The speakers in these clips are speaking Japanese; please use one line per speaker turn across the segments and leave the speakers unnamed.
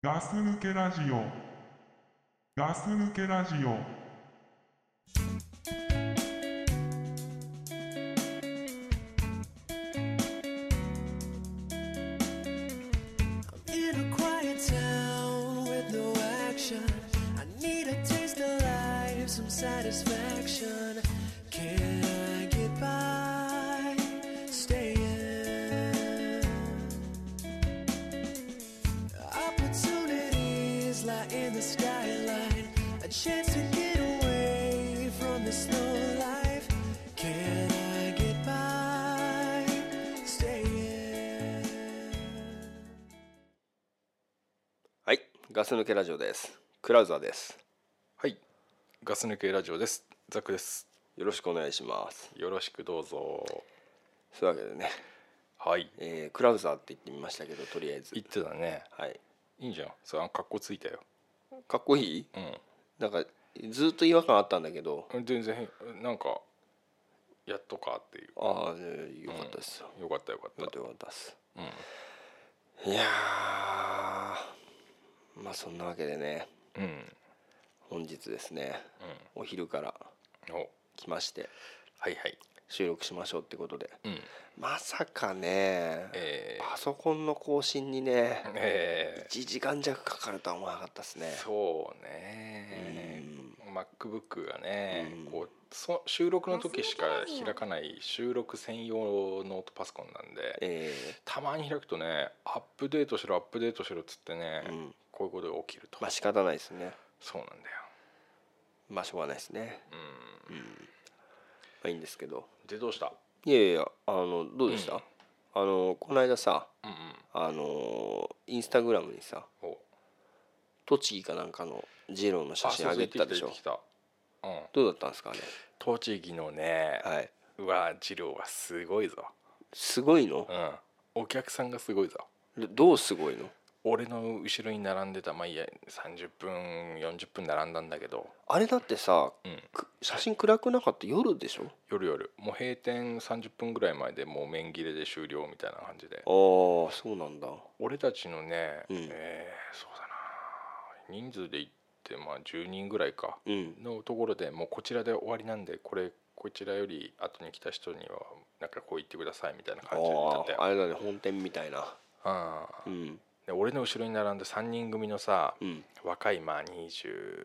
ガス抜けラジオ。ガス抜けラジオ。
In a quiet town with no action, I need a taste of life, some satisfaction. Can I get by staying? Opportunities lie in the skyline, a chance to get away from this slow life. Can I get by staying?
はい、ガス抜けラジオです。クラウザーです。
はい、ガス抜けラジオです。ザックです。
よろしくお願いします。
よろしくどうぞ。
そういうわけでね、
はい。
えークラウザーって言ってみましたけど、とりあえず
言っ、てたね。
はい、
いいじゃん。それあ格好ついたよ。
かっこいい。
う
なんかずっと違和感あったんだけど、
ん。全然なんかやっとかっていう。
ああ、ねよかったですよ。
よかったよか
よか
っ
ったよかったです。
た。うん。
いやー、まあそんなわけでね、
うん。
本日ですね、お昼から
お、はい
来まして
はい。
収録しましょうってことで、
うん。
まさかね、
え
パソコンの更新にね。
ー、え
1時間弱かかるとは思わなかったですね
ー、そうね。MacBook がね、
うん
こうそ収録の時しか開かない収録専用ノートパソコンなんで。
え
たまに開くとねアップデートしろアップデートしろっつってね、
うん
こういうことが起きると、
ー、まあ仕方ないですね
そうなんだよ、
まあしょうがないですねう
う、
んんまあいいんですけど
でどうした
いやいやあのどうでした、
うん
あのこの間さ
うん
あのインスタグラムにさ
うんお
栃木かなんかのジローの写真
あ
あ
そうそう
げてたでしょ
行ってきた行ってきたう
どう
ん
だったんですかね
栃木のね、
はい
は二郎はすごいぞ、
すごいの
うん、お客さんがすごいぞ
どどうすごいの
俺の後ろに並んでたまあいいや30分40分並んだんだけど、
あれだってさ
うん、
く写真暗くなかった夜でしょ
夜夜もう閉店30分ぐらい前でもう面切れで終了みたいな感じで
ああそうなんだ
俺たちのね、
うん
えーそうだな人数で言ってまあ10人ぐらいか
うん
のところでもうこちらで終わりなんでこれこちらより後に来た人にはなんかこう言ってくださいみたいな
あ
感じだった
ああ
よ。
れだね本店みたいな
あ
う
ー
ん
で俺の後ろに並んで3人組のさ
うん
若いまあ20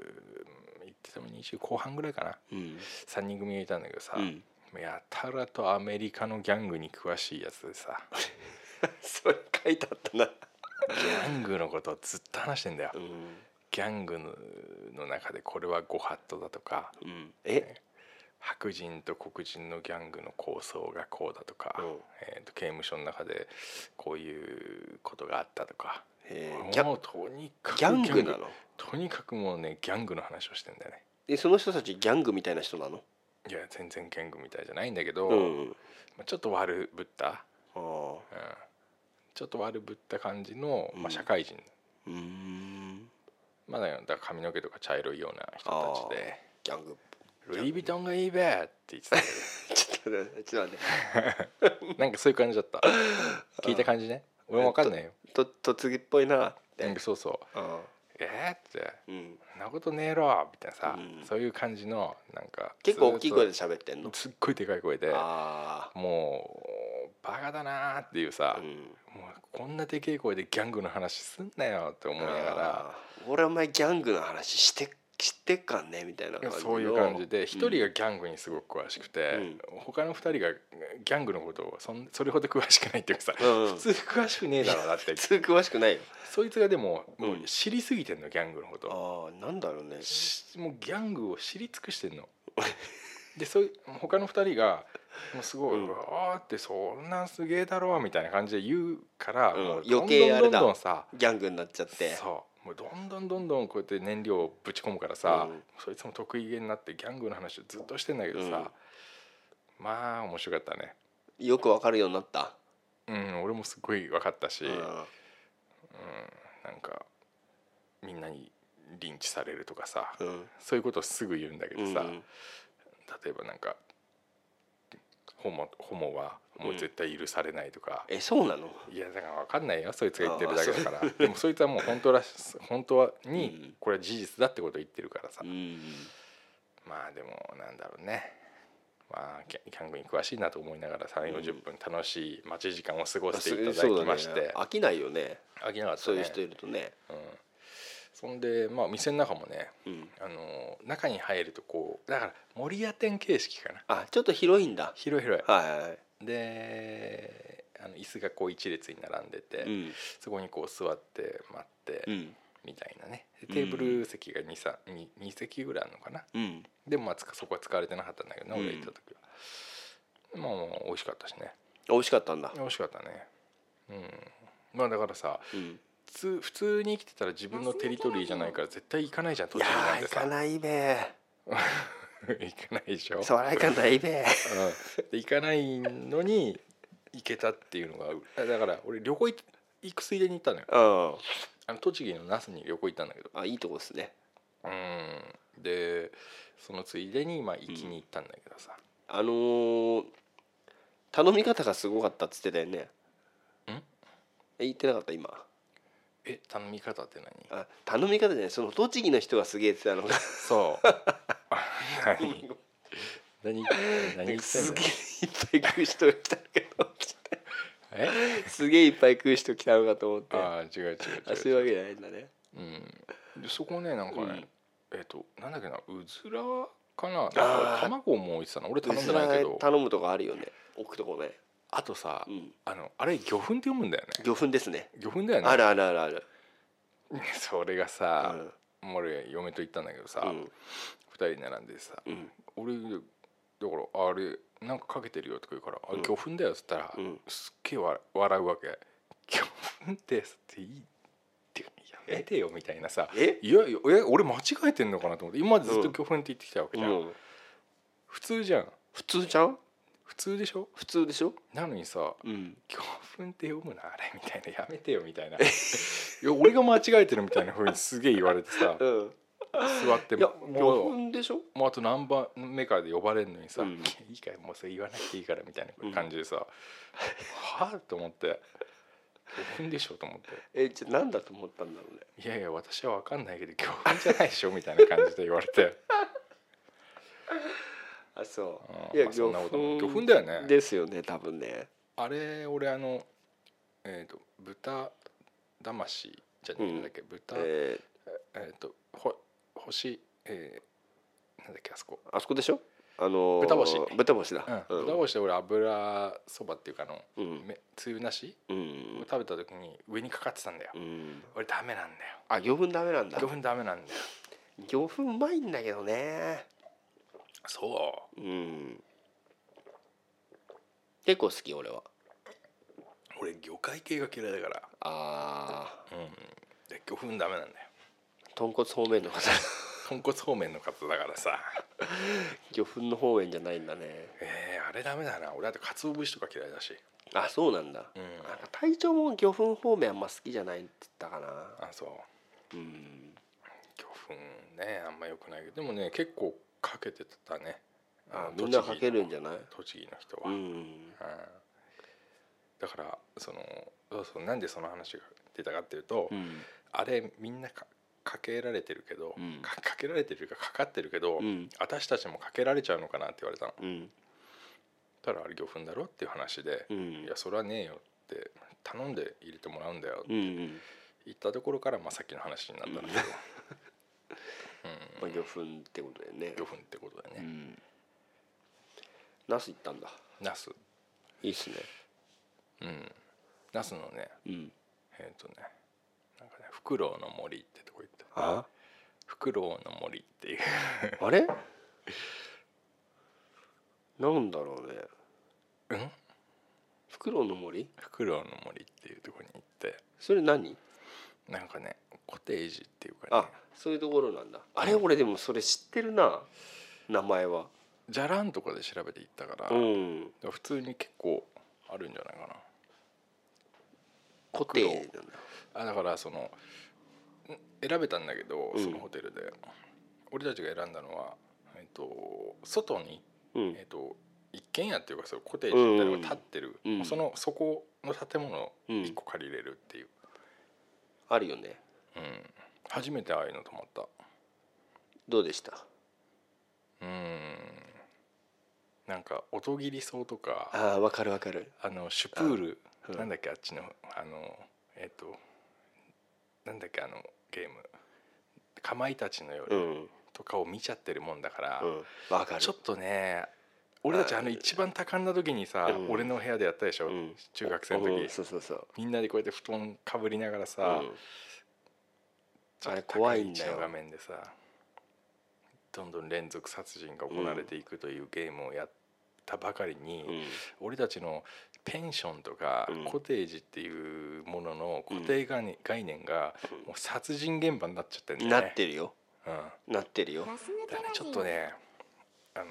言ってても20後半ぐらいかな
うん
3人組がいたんだけどさ、
うん
やたらとアメリカのギャングに詳しいやつでさ
それ書いてあったな。
ギャングのことをずっと話してんだよ。
ん。
ギャングの中でこれはゴハットだとか
うん、え、
白人と黒人のギャングの構想がこうだとか、
うん
えーと刑務所の中でこういうことがあったとか、
えー
もう
ギャ
とにかく
ギャングなの
とにかくもうねギャングの話をしてんだよね
えその人たちギャングみたいな人なの
いや全然ギャングみたいじゃないんだけど、
うん
まあ、ちょっと悪ぶった、
ああ
うん、ちょっと悪ぶった感じの、
う
ま
ん
あ、社会人、
うーん
まあ、だから髪の毛とか茶色いような人たちで
ギャング
「ルイ・ヴィトンがいいべ!」って言ってたけ
ちょっ
ど
と待ってちょっと待っ
なんかそういう感じだった。聞いた感じね。俺もわかんないよ。
てと突撃っぽいなっ
なん
て
かそうそう。
あ
えー、って、
ーうん
そんなことねえろみたいなさ、
うん
そういう感じのなんか
結構大きい声で
ず
喋ってん
っ
の
とすっごいでかい声で、
あ
もうバカだなーっていうさ
あ、うん
もうこんなでけえ声でギャングの話すんなよって思いなが
あー俺お前ギャングの話してしてっかんねみたいな
ら。
感じの
そういう感じで一人
が
がギャングにすごく詳しくて、
う
他の二人がギャングのことをそんそれほど詳しくないっていうかさ、
うんうん
普通詳しくねえだろう なって
普通詳しくないよ
そいつがでももうんう知りすぎてんのギャングのこと
あ
を
あなんだろうね
しもうギャングを知り尽くしてんのでそういう他の2人がもうすごい
う
「
ん
うわーってそんなんすげえだろ」みたいな感じで言うから、
うん
もう
余計あれだ
どんどんどんどんさ
ギャングになっちゃって
そうもうどんどんどんどんこうやって燃料をぶち込むからさ、
うん
そいつも得意げになってギャングの話をずっとしてんだけどさ、まあ面白かったね
よくわかるようになった
うん俺もすごい分かったし、うん、
あ
なんかみんなにリンチされるとかさ、
ーうん
そういうことをすぐ言うんだけどさ、
うん
例えばなんかホモホモはもう絶対許されないとか、
えそうなの
いやだから分かんないよそいつが言ってるだけだからでもそいつ はもう本当らし本当は
う
に
ん
これは事実だってことを言ってるからさ、
うん
まあでもなんだろうねまあキャキャングに詳しいなと思いながら3 4 0分楽しい待ち時間を過ごしていただきまして、
そうだね飽きないよね
飽きなかったね
そういう人いるとね
うん、そんでまあ店の中もね
うん
あの中に入るとこうだから森屋店形式かな
あちょっと広いんだ
広い広
はいはいはい
いであの椅子がこう一列に並んでて、
うん
そこにこう座って待って、
うん
みたいなねでテーブル席が 2, さ2 2席ぐらいあるのかな
うん
でもまあつかそこは使われてなかったんだけどな、
うん
俺行った時はまあまあ美味しかったしね
美味しかったんだ
美味しかったねうんまあだからさ
うん
普通普通に生きてたら自分のテリトリーじゃないから絶対行かないじゃん
い
栃木
や
なん
ー
て
行
さ
かないべ
行かないでしょ
そら行かないべ
うんで行かないのに行けたっていうのがだから俺旅行行っ行くついでに行ったのよ
うん
あの栃木の那須に旅行行ったんだけど
あいいとこですね
うんでそのついでにまあ行きに行ったんだけどさ、
あのー頼み方がすごかったっつってたよね
ん
え言ってなかった今
え頼み方って何
あ頼み方じゃないその栃木の人がすげえって言ってたのが
そうあ何
なん
何何言っ
か
てん
す
だ
げ
よ
えいっぱい食う人が来たのか と思って
え
すげえいっぱい食う人来たのかと思ってあ
ああ違う違う
そういう
違う
わけじゃないんだね
うん、でそこねなんかね、えっ、となんだっけなうずらかななん
あ
か
ー
卵も置いてたの俺頼んで
うず
ない
ら
けど
頼むとこあるよね置くとこね
あとさ、
うん
あのあれ魚粉って読むんだよね
魚粉ですね
魚粉だよね
あるあるあるある
それがさ、もう俺嫁と行ったんだけどさ、
う
二
ん
2人並んでさ
うん
俺だからあれなんかかけてるよとか言うから「あ
うん
魚粉だよ」っつったら、
うん
すっげえわ笑うわけ「魚粉です」っていいってやめてよみたいなさ
え
いやいやえ俺間違えてんのかなと思って今までずっと魚粉って言ってきたわけじゃん、
うん
普通じゃん
普通じゃん
普通でしょ
普通でしょ
なのにさ
うん
「魚粉って読むなあれ」みたいな「やめてよ」みたい な「いや俺が間違えてる」みたいなふうにすげえ言われてさ
うん
座って
いや
もう
魚粉でしょ
もうあと何番目かで呼ばれるのにさ「
うん
いいかいもうそれ言わなくていいから」みたい
うん
な感じでさ「 はあ?」と思って「魚粉でしょ」と思って
えじゃあ何だと思ったんだろうね
「いやいや私は分かんないけど魚粉じゃないでしょ」みたいな感じで言わ れて
あそう
うん
いや
まあそんな
魚
こと
粉
魚粉だよね
ですよね多分ね
あれ俺あのえっ、と豚魂じゃねえ
うん
なんだっけ、豚えっ、
えー
とほ星えーなんだっけあそこ、
あそこでしょあのー
豚干し
豚干しだ
うん豚干しで俺油そばっていうかあの
うん
めつゆなし
うん
を食べた時に上にかかってたんだよ、
うん
俺ダメなんだよ
あ魚粉ダメなんだ
魚粉ダメなんだよ
魚粉うまいんだけどね
そ
うん結構好き俺は
う俺魚介系が嫌いだから
あ
うんで魚粉ダメなんだよ
ー豚骨方面の方
豚骨方面の方だからさ
魚粉の方面じゃないんだね
えー、あれダメだな俺だって鰹節とか嫌いだし
あそうなんだ、
うん
なんか体調も魚粉方面あんま好きじゃないって言ったかな
あそう
うん
魚粉ねあんま良くないけどでもね結構かけてたね
あ
の
みんなかけるんじゃない
栃木の人は、
う
うん
ん
だからそのそうそうなんでその話が出たかっていうと、
うん
あれみんなかかけられてるけど、
うん
かかけられてるかかかってるけど、
うん
私たちもかけられちゃうのかなって言われたの
うん
たらあれ魚粉だろっていう話で
う
「
ん
いやそれはねえよ」って頼んで入れてもらうんだよ
うんうん
言ったところからまあさっきの話になったんだけど、うん
まあ、魚粉ってことだよね
魚粉ってことだよ
う
ね、
んナス行ったんだ
ナス
いいっすね
うんナスのね
うん
えっ、とねなんかねフクロウの森ってとこ行って
あ
フクロウの森っていう
あれなんだろうね
うん
フクロウの森
フクロウの森っていうとこに行って
それ何
なんかねコテージっていうかね
あそういうところなんだあれ俺でもそれ知ってるな名前は
じゃらんとかで調べていったか
う
ら、だか
ん
ら普通に結構あるんじゃないか
コテージなんだ
なあだからそのん選べたんだけど、
うん
そのホテルで俺たちが選んだのは、えっと外に、
うん
えっと1軒家っていうかそうコテージだった
うん
り建ってる、
うん
そのそこの建物
うん
一個借りれるっていう、
あるよね
うん初めてああいうの泊まった
どうでした
うんなんか音切り草とかあ
ああわかるわかる
のシュプール、
うん
なんだっけあっちのあのえっ、となんだっけあのゲーム「かまいたちの夜
う」ん
とかを見ちゃってるもんだから、
うんわかる
ちょっとね俺たちあの一番多感な時にさ、
うん
俺の部屋でやったでしょ、
うん
中学生の時、
うんそうそうそう
みんなでこうやって布団かぶりながら
う
さ、
ん
ちょっと
あれ怖いんだよ
高位置の画面でさどんどん連続殺人が行われていくというゲームをやったばかりに、
うん
俺たちのペンションとか
うん
コテージっていうものの固定概念概念がもう殺人現場になっちゃってんだよね。
なってるよ
うん、
なってるよ
ガス抜け
だ
ラ
から
ジ
ち
オ
ょっとねあの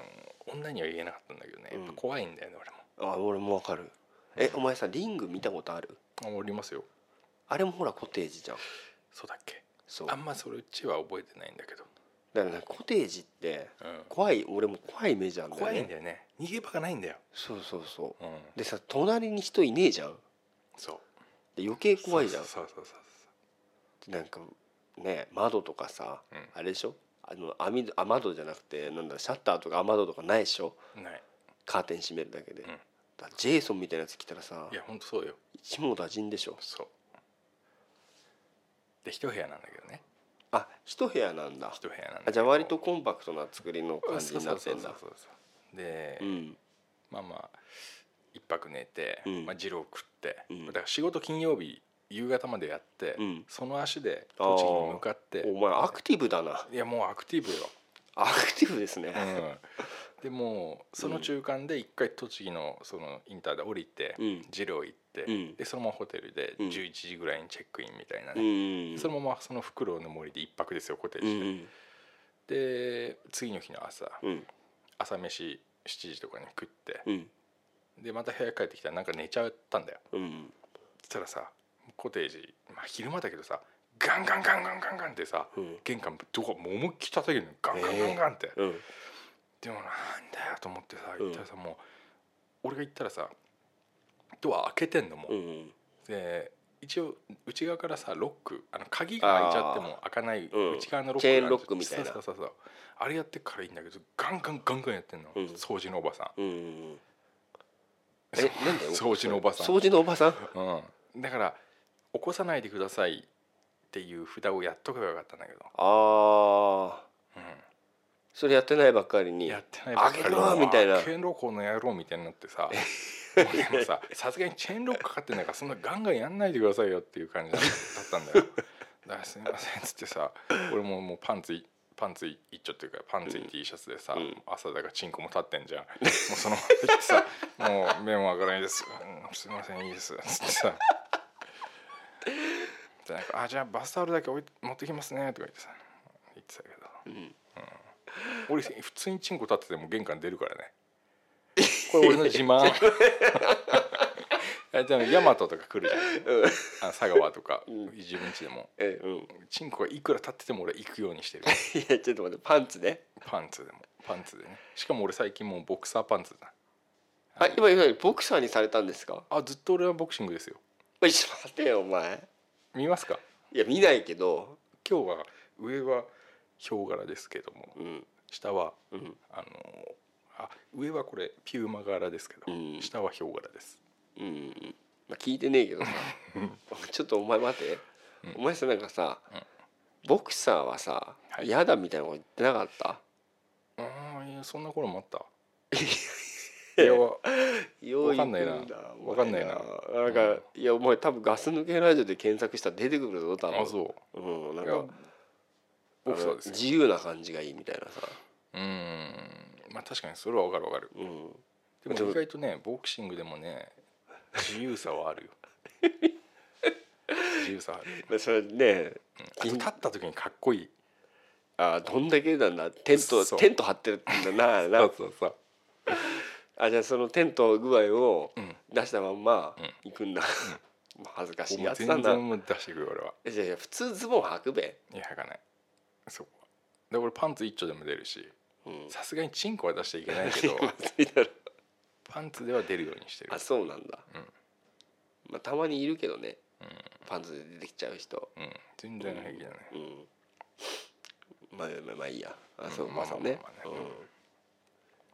女には言えなかったんだけどねやっぱ怖いんだよね
あ俺もわかるえお前さリング見たことある
俺も。あおりますよ
あれもほらコテージじゃん
そうだっけ
そう
あんまそれうちは覚えてないんだけど、
だからねコテージって
うん
怖い俺も怖いイメージあるんだよね
怖いんだよね逃げ場がないんだよ、
そうそうそ
うん、
うでさ隣に人いねえじゃん
そう
で余計怖いじゃん
そうそうそうそう
なんかね窓とかさ、
うん
あれでしょあの網戸雨戸じゃなくてなんだシャッターとか雨戸とかないでしょ
そうない
カーテン閉めるだけで、
ん
だからジェイソンみたいなやつ来たらさ
いやほんとそうよ
一網打尽でしょ
そうで一部屋なんだけどね
あ一部屋なんだ
一部屋なんだけど
あじゃあ割とコンパクトな作りの感じ
そう
に
そ
な
う
っ
そ
て
うんそ
だ
うそうで、
うん
まあまあ一泊寝て、
うん
まあ、二郎食って、
うん
だから仕事金曜日夕方までやって、
うん
その足で栃木に向かって
お前アクティブだない
やもうアクティ ブよ、
アクティブですね、
でもうその中間で一回栃木のそのインターで降りて、
うん
二郎行って、
うん
でそのままホテルで
うん
11時ぐらいにチェックインみたいな
う
ね、
ん
そのままそのフクロウの森で一泊ですよコテー
う
ジで、
ん
で次の日の朝
うん
朝飯7時とかに食って、
うん
でまた部屋帰ってきたらなんか寝ちゃったんだよ
うん
そしたらさコテージ、まあ、昼間だけどさガンガンガンガンガンガンってさ、
うん
玄関どこも思いっきり叩けるのよガンガンガンガンって、
うん
でもなんだよと思ってさ
うん
行ったらさ、もう俺が行ったらさドア開けてんのもう、
うん
で一応内側からさロックあの鍵が開いちゃっても開かない
うん
内側のロックがある
チェーンロックみたいな
そうそうそうそうあれやってっからいいんだけどガンガンガンガンやってんの、
うん
掃除のおばさん
うんえなんだよ
掃除のおばさん
掃除のおばさん
うん、だから起こさないでくださいっていう札をやっとけばよかったんだけど、
ああ
う
それやってないばっかりに
ん、やってないばっかりに
開けろみたいな
開けろこの野郎みたいになって さ俺もささすがにチェーンロックかかってんだからそんなガンガンやんないでくださいよっていう感じだったんだよだからすみませんっつってさ俺ももうパンツいパンツい一丁っていうかパンツい T シャツでさ、
うん
朝だからチンコも立って んじゃんもうそのまま行ってさもう目も開かないです、うん、すいませんいいですっつってさでなんかあじゃあバスタオルだけ置い持ってきますねとか言ってさ言ってたけど、うん俺普通にチンコ立ってても玄関出るか らねこれ俺の自慢 えでもヤマトとか来るじゃんあ佐川とか、自分家でも
えうん い
チンコがいくら立ってても俺行くように してる
やちょっと待ってパンツね
パンツでもパンツでねしかも俺最近もうボクサーパンツだ
あ今今ボクサーにされたんですか
あずっと俺はボクシングですよ
おいちょっと待ってよお前
見ますか
いや見ないけど
今日は上はヒョウ柄ですけども
うん
下は
うん
あのあ上はこれピューマ柄ですけど、
うん
下はヒョウ柄です
うんまあ聞いてねえけ どさちょっとお前待てお前さなんかさボクサーはさ
はい
嫌だみたいなこと言ってなかった
ああいやそんな頃もあったいや
よう
わかんないな
行くだ
わかんないな
お前なんかいやお前多分ガス抜けラジオで検索したら出てくるぞ多分
あそう
うんなん
いや
か
ボクサーですよ
自由な感じがいいみたいなさ
うーんまあ確かにそれはわかるわかる
うん
でも意外とねボクシングでもね自由さはあ るよ自由さはある
まあそれね
あと立った時にかっこいい
あどんだけなんだテント
そう
テント張ってるんだな
そ
な
うそうそう
あじゃあそのテント具合を
うん
出したまんま
うん
行くんだ、もう恥ずかしい
も
や
う
つだ
全
な
然もう出してくよ俺はい
やいや普通ズボン履くべ、
いや履かないそこはで俺パンツ一丁でも出るし
うん、
さすがにチンコは出しちゃいけないけど
まずいだろ
パンツでは出るようにしてる
あそうなんだ、
うん
まあ、たまにいるけどね、
うん
パンツで出てきちゃう人
うん全然平気だね
うんまあまあまあいいやあそう、
うん
まあそうね
まあまあまあね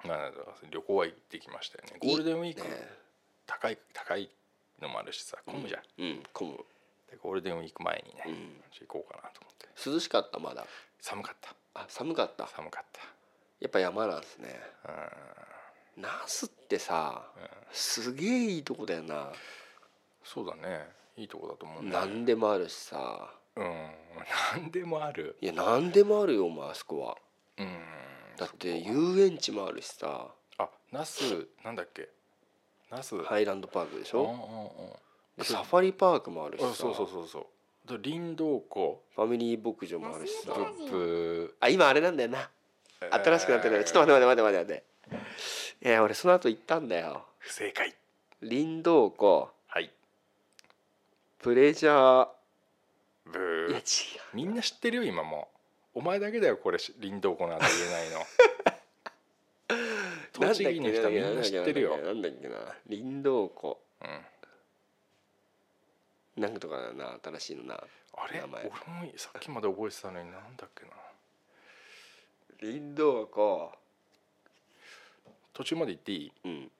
まあ旅行は行ってきましたよねゴールデンウィーク
ね
高い高いのもあるしさ混むじゃん、
うん、うん、混む
でゴールデンウィーク前にね、
うん
行こうかなと思って
涼しかったまだ
寒かった
あ寒かった
寒かっ
やっぱ山なんですね
たうん
那須ってさ、すげえいいとこだよな、
そうだねいいとこだと思うんだ
何でもあるしさ
うん 何でもある
いや何でもあるよお前あそこは
うん
だって遊園地もあるしさ
あナスなんだっけナスい
ハイランドパークでし
うん
ょ
うんうん
サファリパークもあるし
あ
さ
そうそうそうそうで林道湖
ファミリー牧場もあるしさ
ブッブ
あ今あれなんだよな
ー
新しくなってるからちょっと待って待って待って待って待っていや俺その後行ったんだよ
不正解
林道湖
はい
プレジャ
ブ
ーいや違
ーみんな知ってるよ今もうお前だけだよこれし林道湖なんて言えないの
う なんだっ
栃
け
木の人はみんな知ってるよ
なんだっけな林道湖
うん
なんとかだな新しいのな
あれ
名前
俺もさっきまで覚えてたのになんだっけな
林道湖
途中まで行っていい
うん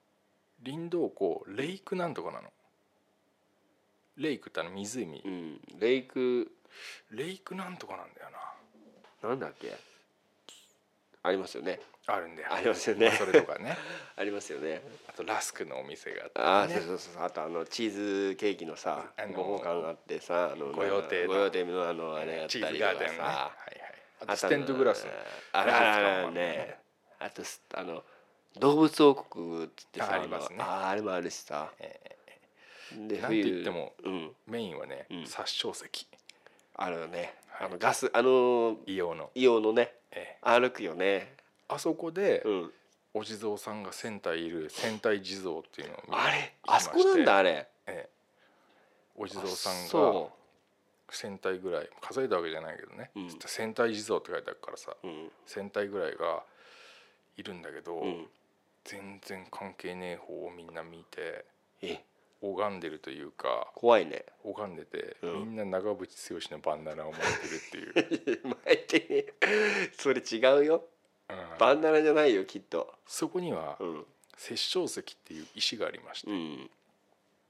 林道湖レイクなんとかなのレイクってあの湖
うんレイク
レイクなんとかなんだよ
なんだっけありますよね
なあるんだよ
ありますよね
あそれとかね
ありますよね
あとラスクのお店があ
あ
っ
あ、
て、
そう
ね、
そうそうあとあのチーズケーキのさ
あの
ご奉還があってさあの
御用邸の
ご用邸のあのあれやった
チ
り
ー
と
ズガ
か
ーデンねはいはい
さあ
あと
と
ステンドグラスの
あらあらあらねあとすあの動物王国っつってさ
あありますね
あのああれもあるしさで
なんて言っても
うん
メインはね、
うん
殺傷石
あるよね
はい
あのガスあの
硫黄の、
イオンのね
ええ
歩くよね
あそこで、
うん
お地蔵さんが1000体いる1000体地蔵っていうのを見
あ
に行
れ
きま
あ
し
そ
て
こなんだあれ
ええお地蔵さん
あ
が
そ
1000体ぐらい数えたわけじゃないけどね、
うん
1000体地蔵って書いてあるからさ
ううん
1000体ぐらいがいるんだけど、
うん
全然関係ねえ方をみんな見て
え
拝んでるというか
怖いね
拝んでて、
うん
みんな長渕剛のバンダナを巻いて るっていう、
巻いてねそれ違うよ
うん
バンダナじゃないよきっと
そこには
うん
殺生石っていう石がありまして
う、ん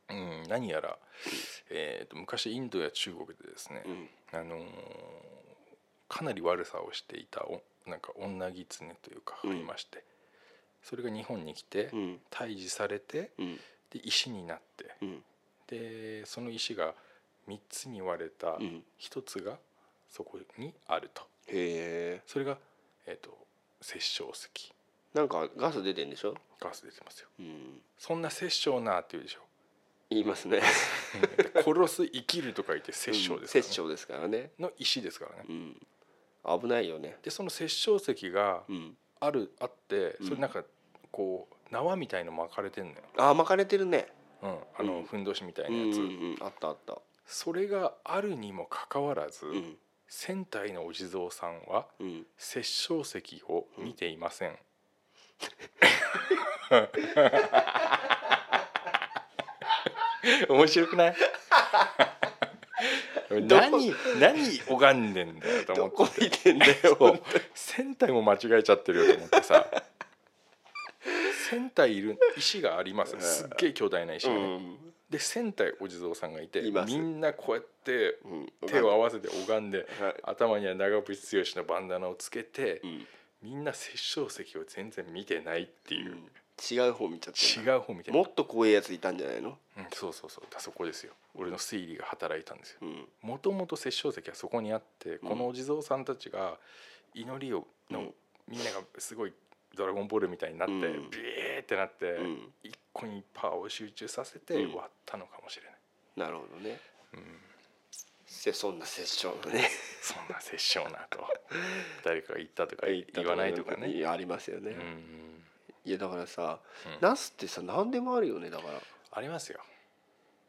うん何やら、えーと昔インドや中国でですね、
うん
あのーかなり悪さをしていたおなんか女狐というか
うん
がいまして、それが日本に来て
うん
退治されて
うん
で石になって
うん
でその石が3つに割れた
うん
1つがそこにあると
へえ
それが、えー、と殺生石
なんかガス出てんでしょ
ガス出てますよ
うん
そんな殺生なってい うでしょ
言いますね
で殺す生きると書いて殺生ですからね
殺生ですからね
の石ですからね
うん危ないよね
でその殺生石が
うん
あるあって
うん
それなんかこう縄みたいの巻かれてんのよ、
あ巻かれてるね
うん、あ
う
の
ん
ふんどしみたい
うん
なやつ、
うんあったあった
それがあるにもかかわらず、
うん
船体のお地蔵さんは
うん
殺生石を見ていません、面白くない何何拝んでんだよと思
ど
って
こ見てんだ
そう
よ
船体も間違えちゃってるよと思ってさ船体いる石がありますすっげえ巨大な石
う
がね、
ん
で船体お地蔵さんがいて
います
みんなこうやって
うん
手を合わせて拝んで、
はい
頭には長渕剛のバンダナをつけて、
うん
みんな殺生石を全然見てないっていう、
違う方見ちゃってる
違う方見て
も
ない、
っと怖いやついたんじゃないの
うん、そうそうそうだそこですよ俺の推理が働いたんですよ
うん
もともと殺生石はそこにあって
うん
このお地蔵さんたちが祈りをの、
うん
みんながすごい「ドラゴンボール」みたいになって、
うん
ビーってなって、
うん
一個にパーを集中させて割
うん
ったのかもしれない、
なるほどね
うん
せそんな殺生のね
そんな殺生な と誰かが言ったとか言わないとかね。
いやありますよね、
うん
いやだからさ、
うん
ナスってさ何でもあるよねだから
ありますよ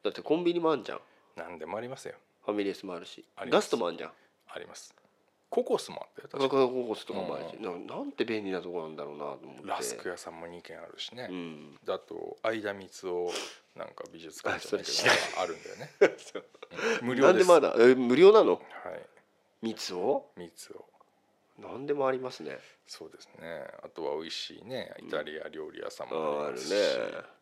だってコンビニもあんじゃん
何でもありますよ
ファミレスもあるし
ありま
ガ
す
ストもあんじゃん
ありますココスもあったよ
田中
確か
ココスとかもあるし、
う
ななんて便利なとこなんだろうなと思って
ラスク屋さんも2軒あるしね、
うん
だと相田光夫なんか美術館じゃないけ
あそ
ど
れ
あるんだ よね
そう
無
な
料
ん
で
ですまだえ無料なの
はい
蜜を
三つを
なんでもありますね
そうですねあとは美味しいねイタリア料理屋さん
あ
も
ー
あ
あ
りま
る
す
ね
し、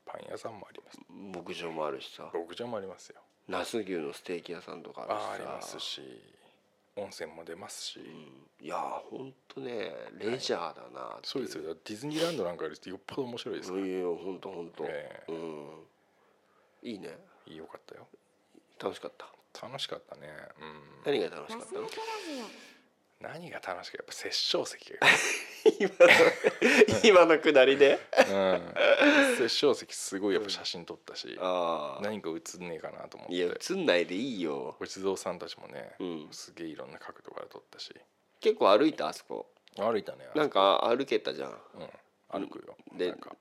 パン屋さんもあります
牧場もあるしさ
牧場もありますよ
那須牛のステーキ屋さんとか
あ
あるしさ
ーありますし温泉も出ますし、
うんいやーほんとねレジャーだなってい
そうですよディズニーランドなんかよりよっぽど面白いですから、
いやほんとほんと、
え
う
え
んいいね
いいよかったよ
楽しかった
楽しかったねうん
何が楽しか
ガ
っ
ス
たの
抜けラジオ
何が楽しかったやっぱ殺生石が
今の今のくだりで
うん殺生石すごいやっぱ写真撮ったし、
ああ
何か写んねえかなと思っ
いや
て
映んないでいいよ、
ご地蔵さんたちもね、
うん、
すげえいろんな角度から撮ったし
結構歩いたあそこ
歩いたね
なんか歩けたじゃん
うん、歩くよ
で
なんか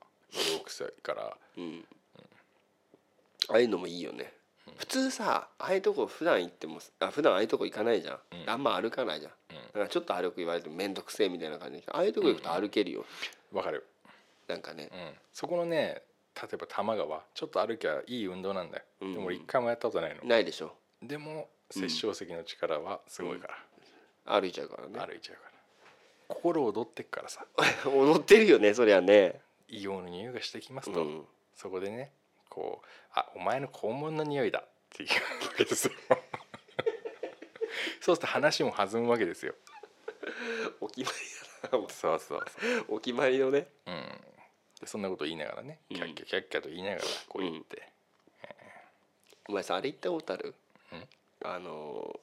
泥臭いから
うんああいうのもいいよね普通さああいうとこ普段行ってもあ普段ああいうとこ行かないじゃん、
うん
あんま歩かないじゃん、
うん
だからちょっと歩く言われても面倒くせえみたいな感じでああいうとこ行くと歩けるよ、
わかる、
なんかね
う、ん、そこのね例えば多摩川ちょっと歩きゃいい運動なんだよ、
うん
でも俺一回もやったことないの、
ないでしょ
でも殺生石の力はすごいから、
歩いちゃうからね
歩いちゃうから心躍ってっからさ
踊ってるよねそりゃね、
異様の匂いがしてきます
う
と、
ん、
そこでねこう「あお前の肛門の匂いだ」っていうわけ ですよそうすると話も弾むわけですよ
お決まりだな
そうそうそう
お決まりのね
うん、でそんなこと言いながらね
う
キ
ん
ャッキャキャッキャと言いながらこう言って、
お前さあれ行ったことある
うん
あの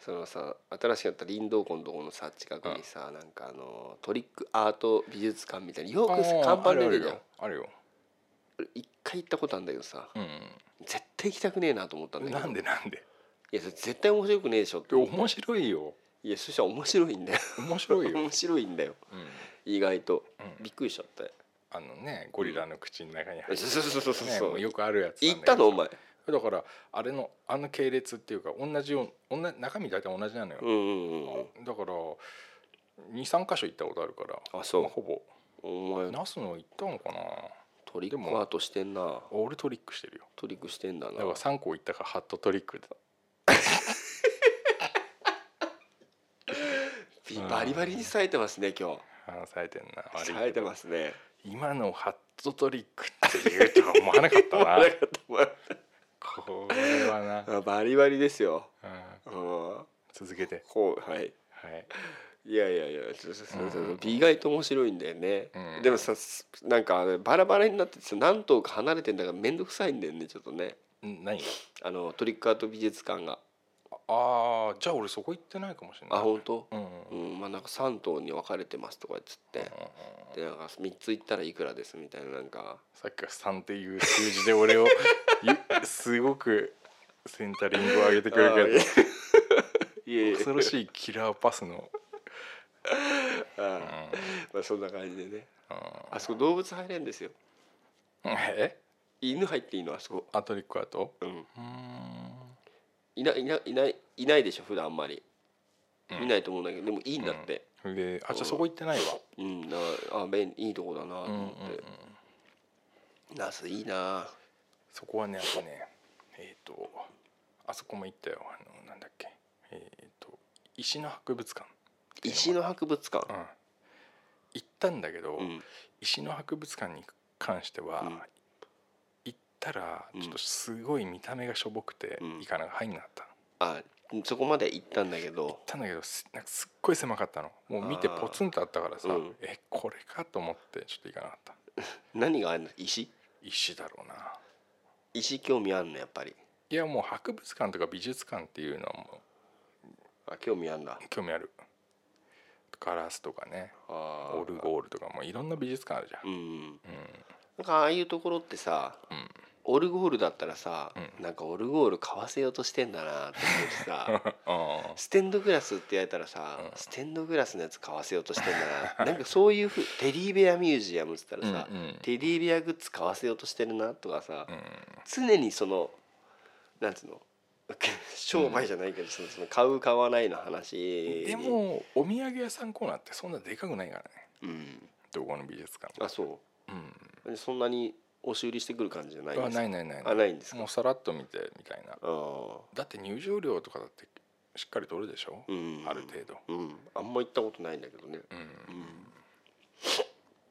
そのさ新しかった林道湖のとこのさ近くにさなんかあのトリックアート美術館みたいによ
あ
くさ
ー
看板
ある
出て
ある
るじゃん
よあるよ、
俺一回行ったことあるんだけどさ
う
絶対行きたくねえなと思ったんだ
ん、
けど
なんでなんで
いやそれ絶対面白くねえでしょって
で面白いよ
いやそしたら面白いんだよ
面白いよ、うん
面白いんだよ意外と
うん
びっくりしちゃったよ
あのねゴリラの口の中に入って、
そうそうそう
ね、も
そうう
よくあるやつな
行っ
んだけ
た
ど
のお前
だからあれのあの系列っていうか同じよう同じ中身大体同じなのよ
う、んうんうん
だから23箇所行ったことあるから
あそう
まほぼ
お前
ナスの行ったのかな
トリックアートしてんな
俺トリックしてるよ
トリックしてんだ
だ
な
から3個行ったからハットトリックだ
びバリバリに冴えてますね今日
あー冴えてんな悪いけど
冴えてますね
今のハットトリックって言うとは思わなかったな
悪かった悪かっ
これはな、
たバリバリですよ
うん、
うん
続けて
こうはい
はい
いやいやいやそうそうそうそう
うん
意外と面白いんだよね、
うん
でもさすなんかあのバラバラになってさ何頭か離れてんだから面倒くさいんだよねちょっとね
ん何が
あのトリックアート美術館が
ああじゃあ俺そこ行ってないかもしれない
あ本当
うんうん
う
うん
んまあなんか3頭に分かれてますとかっつって
うん
でなんか3つ行ったらいくらですみたいななんか
さっきから3っていう数字で俺を ゆすごくセンタリングを上げてく
あー
る
いやいや
けど恐ろしいキラーパスの、
あ
うん
ーまあそんな感じでね
うん
あそこ動物入れんですよ
え
犬入っていいのあそこ
アトリックアート
うん
うーん
いないいないいないいないでしょ普段あんまり、
うん
見ないと思うんだけどでもいいんだって、
であじゃあそこ行ってないわ
うんだからあ便いいとこだなと
うんうんう
思って、
ん
ナスいいな
そこはねあとねえっ、とあそこも行ったよあのなんだっけえっ、と石の博物館、
石の博物館
うん、行ったんだけど、
うん
石の博物館に関しては、
うん
行ったら
うん
ちょっとすごい見た目がしょぼくて、
うん
行かな入んなかったの行
あそこまで行ったんだけど
ったんだけどすなんかすっごい狭かったのもう見て
あー
ポツンとあったからさ、
うん
えこれかと思ってちょっと行かなかった
何があるの石
石だろうな
石興味あるのやっぱり
いやもう博物館とか美術館っていうのはも
あ興味あるんだ
う興味あるガラスとかね
あ
オルゴールとかもいろんな美術館あるじゃん
う。ん
うん
なんかああいうところってさ
うん
オルゴールだったらさ、
うん
なんかオルゴール買わせようとしてんだなって思って さ
あ
ステンドグラスって言われたらさ、
うん
ステンドグラスのやつ買わせようとしてんだ ななんかそういうふうテディベアミュージアムっつったらさ、
うんうん
テディベアグッズ買わせようとしてるなとかさ、
ーうん
常にそのなんつうの 商売じゃないけどそのその買う買わないの話に
で、もお土産屋さんコーナーってそんなでかくないからね
うん、
どこの美術館
あそ
うん
うそんなに押し売りしてくる感じじゃないん
あ
ですか
ないないない
あないんですか
もうさらっと見てみたいな
あ
だって入場料とかだってしっかり取るでしょ、
あうん
ある程度
度うんあんま行ったことないんだけどね
うん、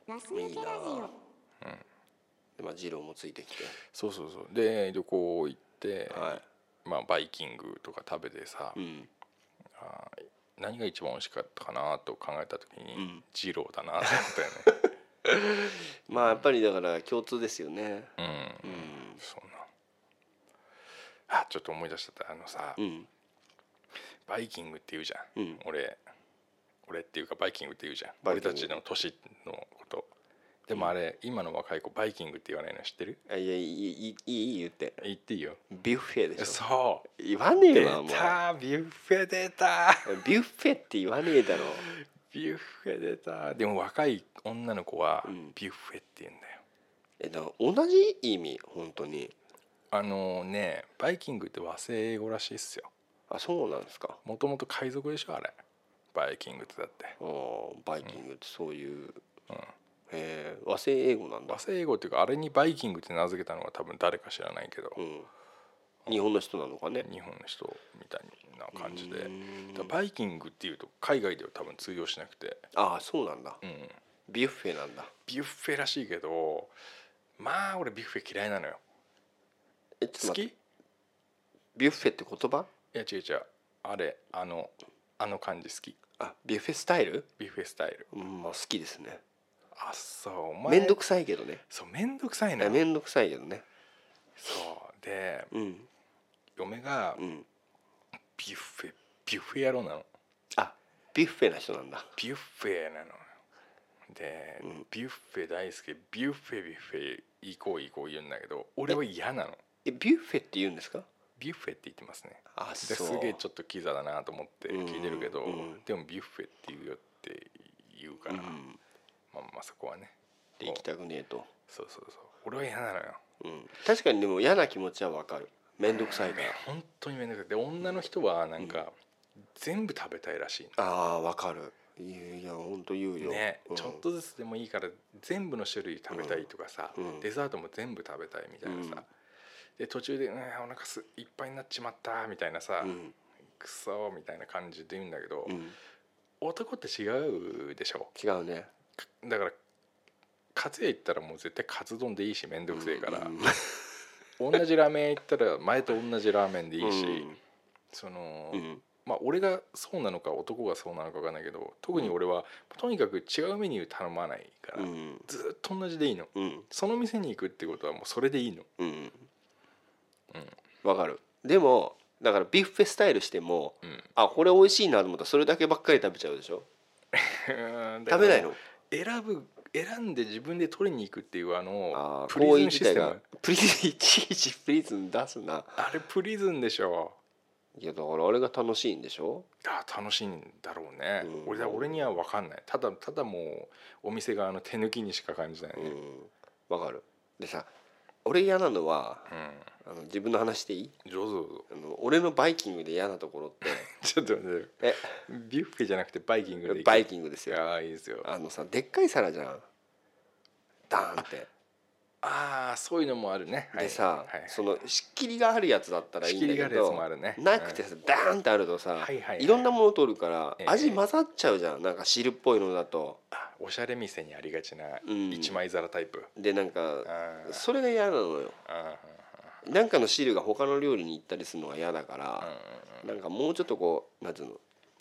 ガス抜けラジオ
でまあ二郎もついてきて
そうそうそうで旅行行って、
は
まあ、バイキングとか食べてさ、
いうん
あー何が一番美味しかったかなと考えた時に、
うん
二郎だなと思っ たよね
まあやっぱりだから共通ですよね
うん、
うん
そんなあちょっと思い出しちゃったあのさ、
うん
バイキングって言うじゃん、
うん
俺俺っていうかバイキングって言うじゃん
バイ
俺
キング
たちの年のことでもあれ、今の若い子バイキングって言わないの知ってる
あいやいいいいいい言って
言っていいよ
ビュッフェでしょ
そう
言わねえ
出
わもう
たビュッフェ出た
ビュッフェって言わねえだろ
ビュッフェ出たでも若い女の子は
うん
ビュッフェって言うんだよ、
えだから同じ意味本当に
あのねバイキングって和製英語らしいっすよ
あそうなんですか
もともと海賊でしょあれバイキングってだって
あーバイキングってそういう、
うん
えー和製英語なんだ
和、製英語っていうかあれにバイキングって名付けたのは多分誰か知らないけど、
うん、日本の人なのかね
日本の人みたいな感じで
うーん
だからバイキングっていうと海外では多分通用しなくて、
ああそうなんだ
うん、
ビュッフェなんだ
ビュッフェらしいけどまあ俺ビュッフェ嫌いなのよ
えちょっと待
好き
っ
い
てビュッフェって言葉
や違う違うあれあのあの感じ好き
あビュッフェスタイル
ビュッフェスタイル
うんまあ好きですね
あそうお
め
前
んどくさいけどね
そうめんどくさいの
え
よ
めんどくさいけどね
そうで
うん
嫁が
うん
ビュッフェビュッフェ野郎なの
あビュッフェな人なんだ
ビュッフェなのよで、
うん
ビュッフェ大好きビュッフェビュッフェ行こう行こう言うんだけど俺は嫌なの
えビュッフェって言うんですか
ビュッフェって言ってますね
あ
で
そう
すげえちょっとキザだなと思って聞いてるけど、
うんうん
でもビュッフェって言うよって言うから、
うん
まあまあそこはね
で行きたくねえと、
そうそうそう俺は嫌なのよ
うん、確かにでも嫌な気持ちはわかるめんどくさいから
本当にめんどくさいで女の人はなんか、全部食べたいらしい
あーわかるいやいや本当言うよ、
のね、
うん
ちょっとずつでもいいから全部の種類食べたいとかさ、
うん
デザートも全部食べたいみたいなさ、
うん
で途中で、うん、お腹すいっぱいになっちまったみたいなさ、
うん
クソみたいな感じで言うんだけど、
うん、
男って違うでしょ
違うね
だからカツ屋行ったらもう絶対カツ丼でいいし面倒くせえから、
うん
同じラーメン屋行ったら前と同じラーメンでいいし、その、
うん
まあ俺がそうなのか男がそうなのかわかんないけど特に俺はとにかく違うメニュー頼まないから、
うん
ずっと同じでいいの
うん
その店に行くってことはもうそれでいいの
うんわかるでもだからビュッフェスタイルしても
うん、
あこれ美味しいなと思ったらそれだけばっかり食べちゃうでしょ食べないの
選ぶ選んで自分で取りに行くっていうあの
あー
プリ
行為
ズン
自
シス
体
テ
が
ム
プリズンいちいちプリズン出すな
あれプリズンでしょ
いやだからあれが楽しいんでしょ
いや楽しいんだろうね、
うん
俺だ俺には分かんないただただもうお店側の手抜きにしか感じないうね、
んわかるでさ俺嫌なのは
う
あの自分の話でいい
ん、上手 上
あの俺のバイキングで嫌なところって
手ちょっと待って
え
ビュッフェじゃなくてバイキングで行く
バイキングですよ
ああいいですよ
あのさでっかい皿じゃんダーンって、
ああそういうのもあるね、はい
でさ、
はいはい
その仕切りがあるやつだったらいいんだ
仕切りが
け
あるやつ
ど、
もあるね
なくてさ、ダーンってあるとさ、
はいはいはい
ろんなもの取るから、
ええ
味混ざっちゃうじゃんなんか汁っぽいのだと
あおしゃれ店にありがちな
うん
一枚皿タイプ、
でなんか
あー
それが嫌なのよ
あ
なんかの汁が他の料理に行ったりするのが嫌だか
ーうんうん
ら、
うん
なんかもうちょっとこうなんていうの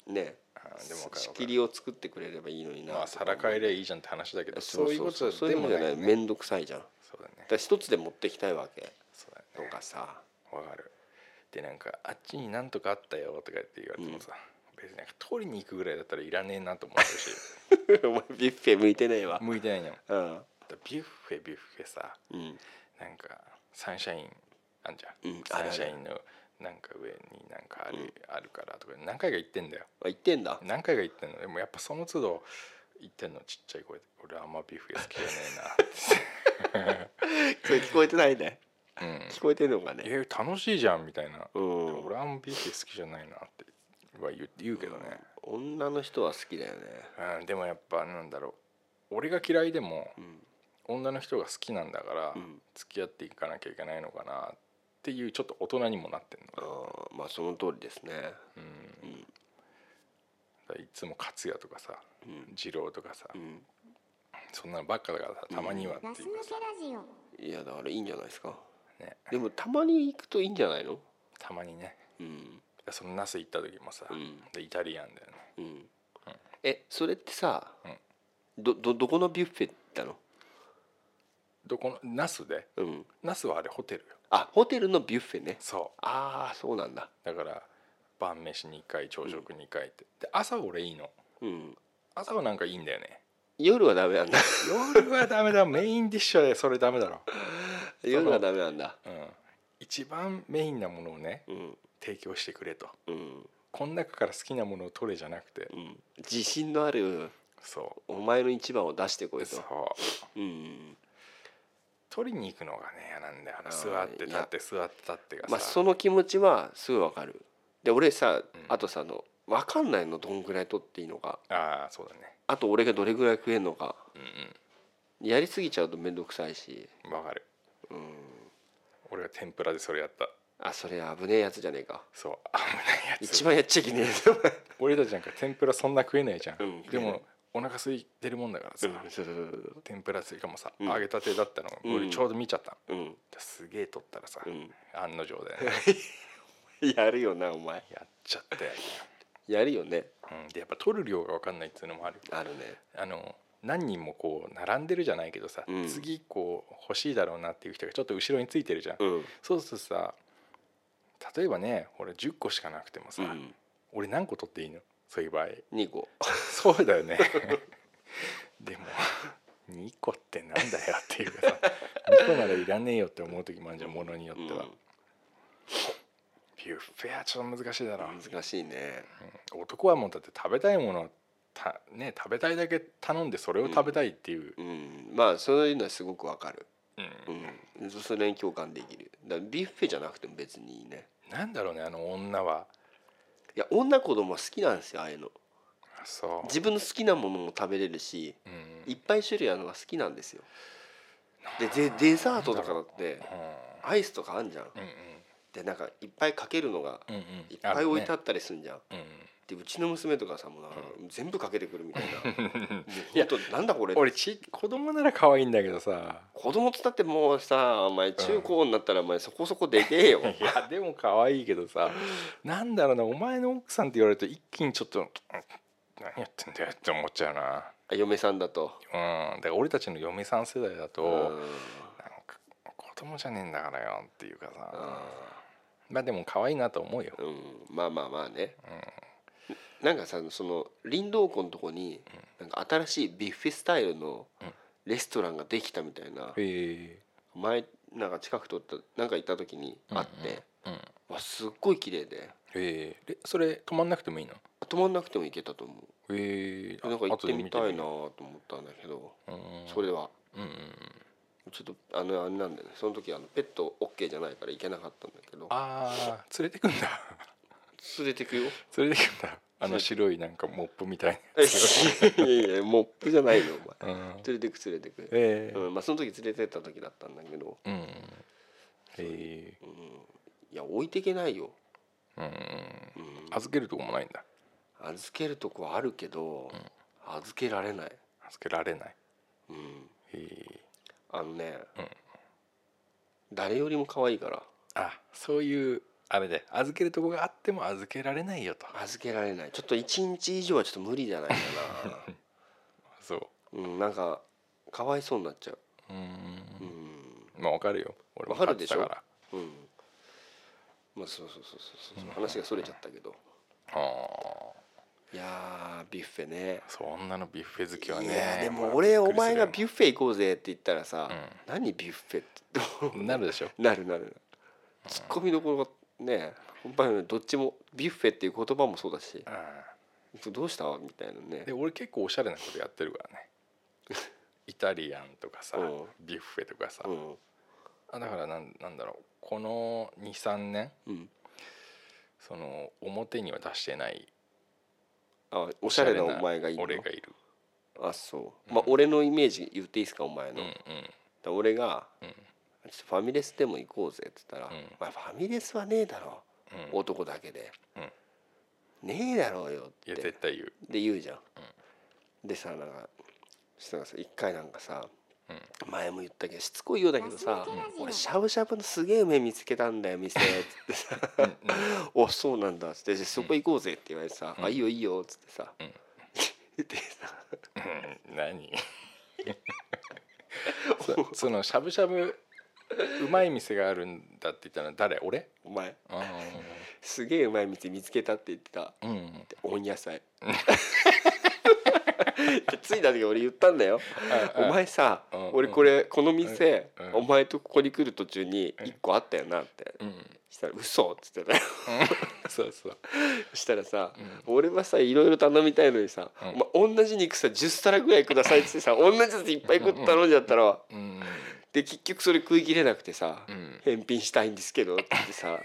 ね
あーでもわかる
仕
わか
切
る
りを作ってくれればいいのにな
まあ皿変えりゃいいじゃんって話だけどそういうこと
そういうのじゃない
ね
面倒くさいじゃんだか
そうだね
ら一つで持ってきたいわけ
そうだ
と
ね
か さ
わかるでなんかあっちになんとかあったよとかって言われてもさ、別になんか取りに行くぐらいだったらいらねえなと思う し
お前ビュッフェ向いてねえわ
向いてないのだか
うん
らビュッフェビュッフェさ
うん
なんかサンシャインあんじゃん、
うんある
サ
あ
ン
る
シャインのなんか上になんかある,、
うん
あるからとか何回か言ってんだよ
あ言ってん だ
何回か言ってんのでもやっぱその都度言ってんのちっちゃい声で「俺あんまビュッフェ好きじゃねえな」って
それ聞こえてないね
うん
聞こえてんの かね
え楽しいじゃんみたいな、
うん
俺はあんま BTS 好きじゃないなっては言う言うけどね、
女の人は好きだよね
うんでもやっぱなんだろう俺が嫌いでも
うん
女の人が好きなんだから
うん
付き合っていかなきゃいけないのかなっていうちょっと大人にもなってん
あ
の、
ーまあその通りですね
うん
うん
だからいつも勝也とかさ
うん
二郎とかさ、
うん
そんなのばっかだからさたまにはってい
ガ
う
ス抜
か
けラジオ
いやだからいいんじゃないですか
ね
でもたまに行くといいんじゃないの
たまにね
うん
その那須行った時もさ、
うん
でイタリアンだよね
うんえそれってさ
うん
どどどこのビュッフェ行ったの
どこの那須で
うん
那須はあれホテルよ
あホテルのビュッフェね
そう
ああそうなんだ
だから晩飯2回朝食2回って、で朝俺いいの
うん
朝はなんかいいんだよね
夜はダメなんだ
夜はダメだメインディッシュでそれダメだろ、
夜はダメなんだ
うん、一番メインなものをね
うん
提供してくれと
うん
この中から好きなものを取れじゃなくて
うん自信のある
そ
お前の一番を出してこ
う
いと
そう
うん
取りに行くのがね嫌なんだよ
あ
な
ー
座って立って座って立ってがさ、
まあその気持ちはすごいわかるで俺さ
うん
あとさあの分かんないのどんぐらい取っていいのか
ああそうだね
あと俺がどれぐらい食えんのか
う
やりすぎちゃうと面倒くさいし
んうんわかる
うん
俺が天ぷらでそれやった
あそれ危ねえやつじゃねえか
そう危ないやつ
一番やっちゃいけねえやつ
俺たちなんか天ぷらそんな食えないじゃん、
うん
でもお腹空いてるもんだからさ、
そうそうそう
天ぷらついかもさ、
うん
揚げたてだったの
うん
俺ちょうど見ちゃったの、
そううん
ですげえ取ったらさ、
うん
案の定だよね
やるよなお前
やっちゃって、
やるよね
うん、でやっぱ取る量が分かんないっていうのもある
あるね
あの何人もこう並んでるじゃないけどさ、
うん
次こう欲しいだろうなっていう人がちょっと後ろについてるじゃん、
うん
そうするとさ例えばね俺10個しかなくてもさ、
うん
俺何個取っていいのそういう場合
2個
そうだよね でも2個ってなんだよっていうかさ2個ならいらねえよって思う時もあるじゃんものによっては、ビュッフェはちょっと難しいだろ、
うん難しいね
男はもうだって食べたいものをた、ね、食べたいだけ頼んでそれを食べたいっていう、
うんまあそういうのはすごくわかる
うん
うんそれに共感できるだからビュッフェじゃなくても別にいいね
なんだろうねあの女はい
や女子供は好きなんですよああいうの
そう
自分の好きなものも食べれるし
うん
いっぱい種類あるのが好きなんですよででデザートとかだってアイスとかあんじゃん
うんうん
でなんかいっぱいかけるのが
うんうん
いっぱい置いてあ
あ
ったりすんじゃん、
るね
でうちの娘とかさもうなんか全部かけてくるみたいな、もう
うん うんいや
本当なんだこれ
俺ち子供なら可愛いんだけど さ
子供つったってもうさお前中高になったらお前そこそこでけえよ、
いやでも可愛いけどさなんだろうなお前の奥さんって言われると一気にちょっとうん何やってんだよって思っちゃうな
嫁さんだと
うんだから俺たちの嫁さん世代だと
うん
なんか子供じゃねえんだからよっていうかさまあでも可愛いなと思うよ
うん、まあまあまあね、なんかさその林道湖のとこに、なんか新しいビュッフェスタイルの
うん
レストランができたみたいな、
へ
前なんか近く通ったなんか行った時にあって、
えうん
わすっごい綺麗で
へえでそれ止まんなくてもいいの
泊まんなくても行けたと思う
へえ
なんか行ってみたいな
う
と思ったんだけど、
ん
それは
うんうんうん
ちょっとあのあれなんだよねその時あのペット OK じゃないから行けなかったんだけど
あー連れてくんだ
連れて くよ
連れてくんだあの白いなんかモップみたい
いやいやモップじゃないよお前
なうん
連れてく連れてく、
ええ
うんまあ、その時連れてった時だったんだけど、
うんうんえ
う
え
ん、いや置いてけないよ、
うんうん
うん、
預けるとこもないんだ
預けるとこはあるけど、預けられない、
預けられない
うん、
へえ
あのね、
うん
誰よりも可愛いから
あそういうあれで預けるとこがあっても預けられないよと
預けられないちょっと1日以上はちょっと無理じゃないか
そ
な、うん、なんかかわいそうになっちゃう
ううん
うん、
まあわかるよ俺も
わかるでしょ
飼ってたから
うん、まあそうそうそうそうそう話がそれちゃったけど
あ
いやービュッフェね
あそんなのビュッフェ好きはいね
やでも俺お前がビ
ュッ
ュッフェ行こうぜって言ったらさ、
うん
何ビュッフェって
なるでしょ
なるなるツッコミどころがね本番よりどっちもビュッフェっていう言葉もそうだし
う
どうしたみたいなんね
で俺結構おしゃれなこ とやってるからねイタリアンとかさ
うん
ビュッフェとかさ
うん
あだからなんなんだろうこの23年
うん、
その表には出してない
あおしゃれなお前がいいの
俺がいる
あそう、まあ俺のイメージ言っていいですかお前
う
の、
んうん
だ俺が
う
「
ん
ちょっとファミレスでも行こうぜ」って言ったら「
うん
まあ、ファミレスはねえだろ
うん
男だけで、
うん
ねえだろうよ」っ
いや
て
絶対言う
で言うじゃん、でさなんかしたらさ一回なんかさ、前も言ったけどしつこいようだけどさ「俺しゃぶしゃぶのすげえ梅見つけたんだよ店」っつってさ「 おそうなんだ」っつって「じゃあそこ行こうぜ」って言われてさ「あいいよいいよ」っつってさ、 でさ
う ん何そそのしゃぶしゃぶうまい店があるんだって言ったのは誰 俺
「お前
あ
すげえうまい店見つけた」って言ってた
ーうん
温野菜 着いた時俺言ったんだよ
うん
お前さ
うん
俺これこの店
うん
お前とここに来る途中に1個あったよなって
うん
したら「嘘っつってたよ
そうそう
したらさ俺はさいろいろ頼みたいのにさ「お前同じ肉さ10皿ぐらいください」っつってさ同じやついっぱい食って頼んじゃったら
うん
で結局それ食い切れなくてさ
ん
「返品したいんですけど」って言ってさ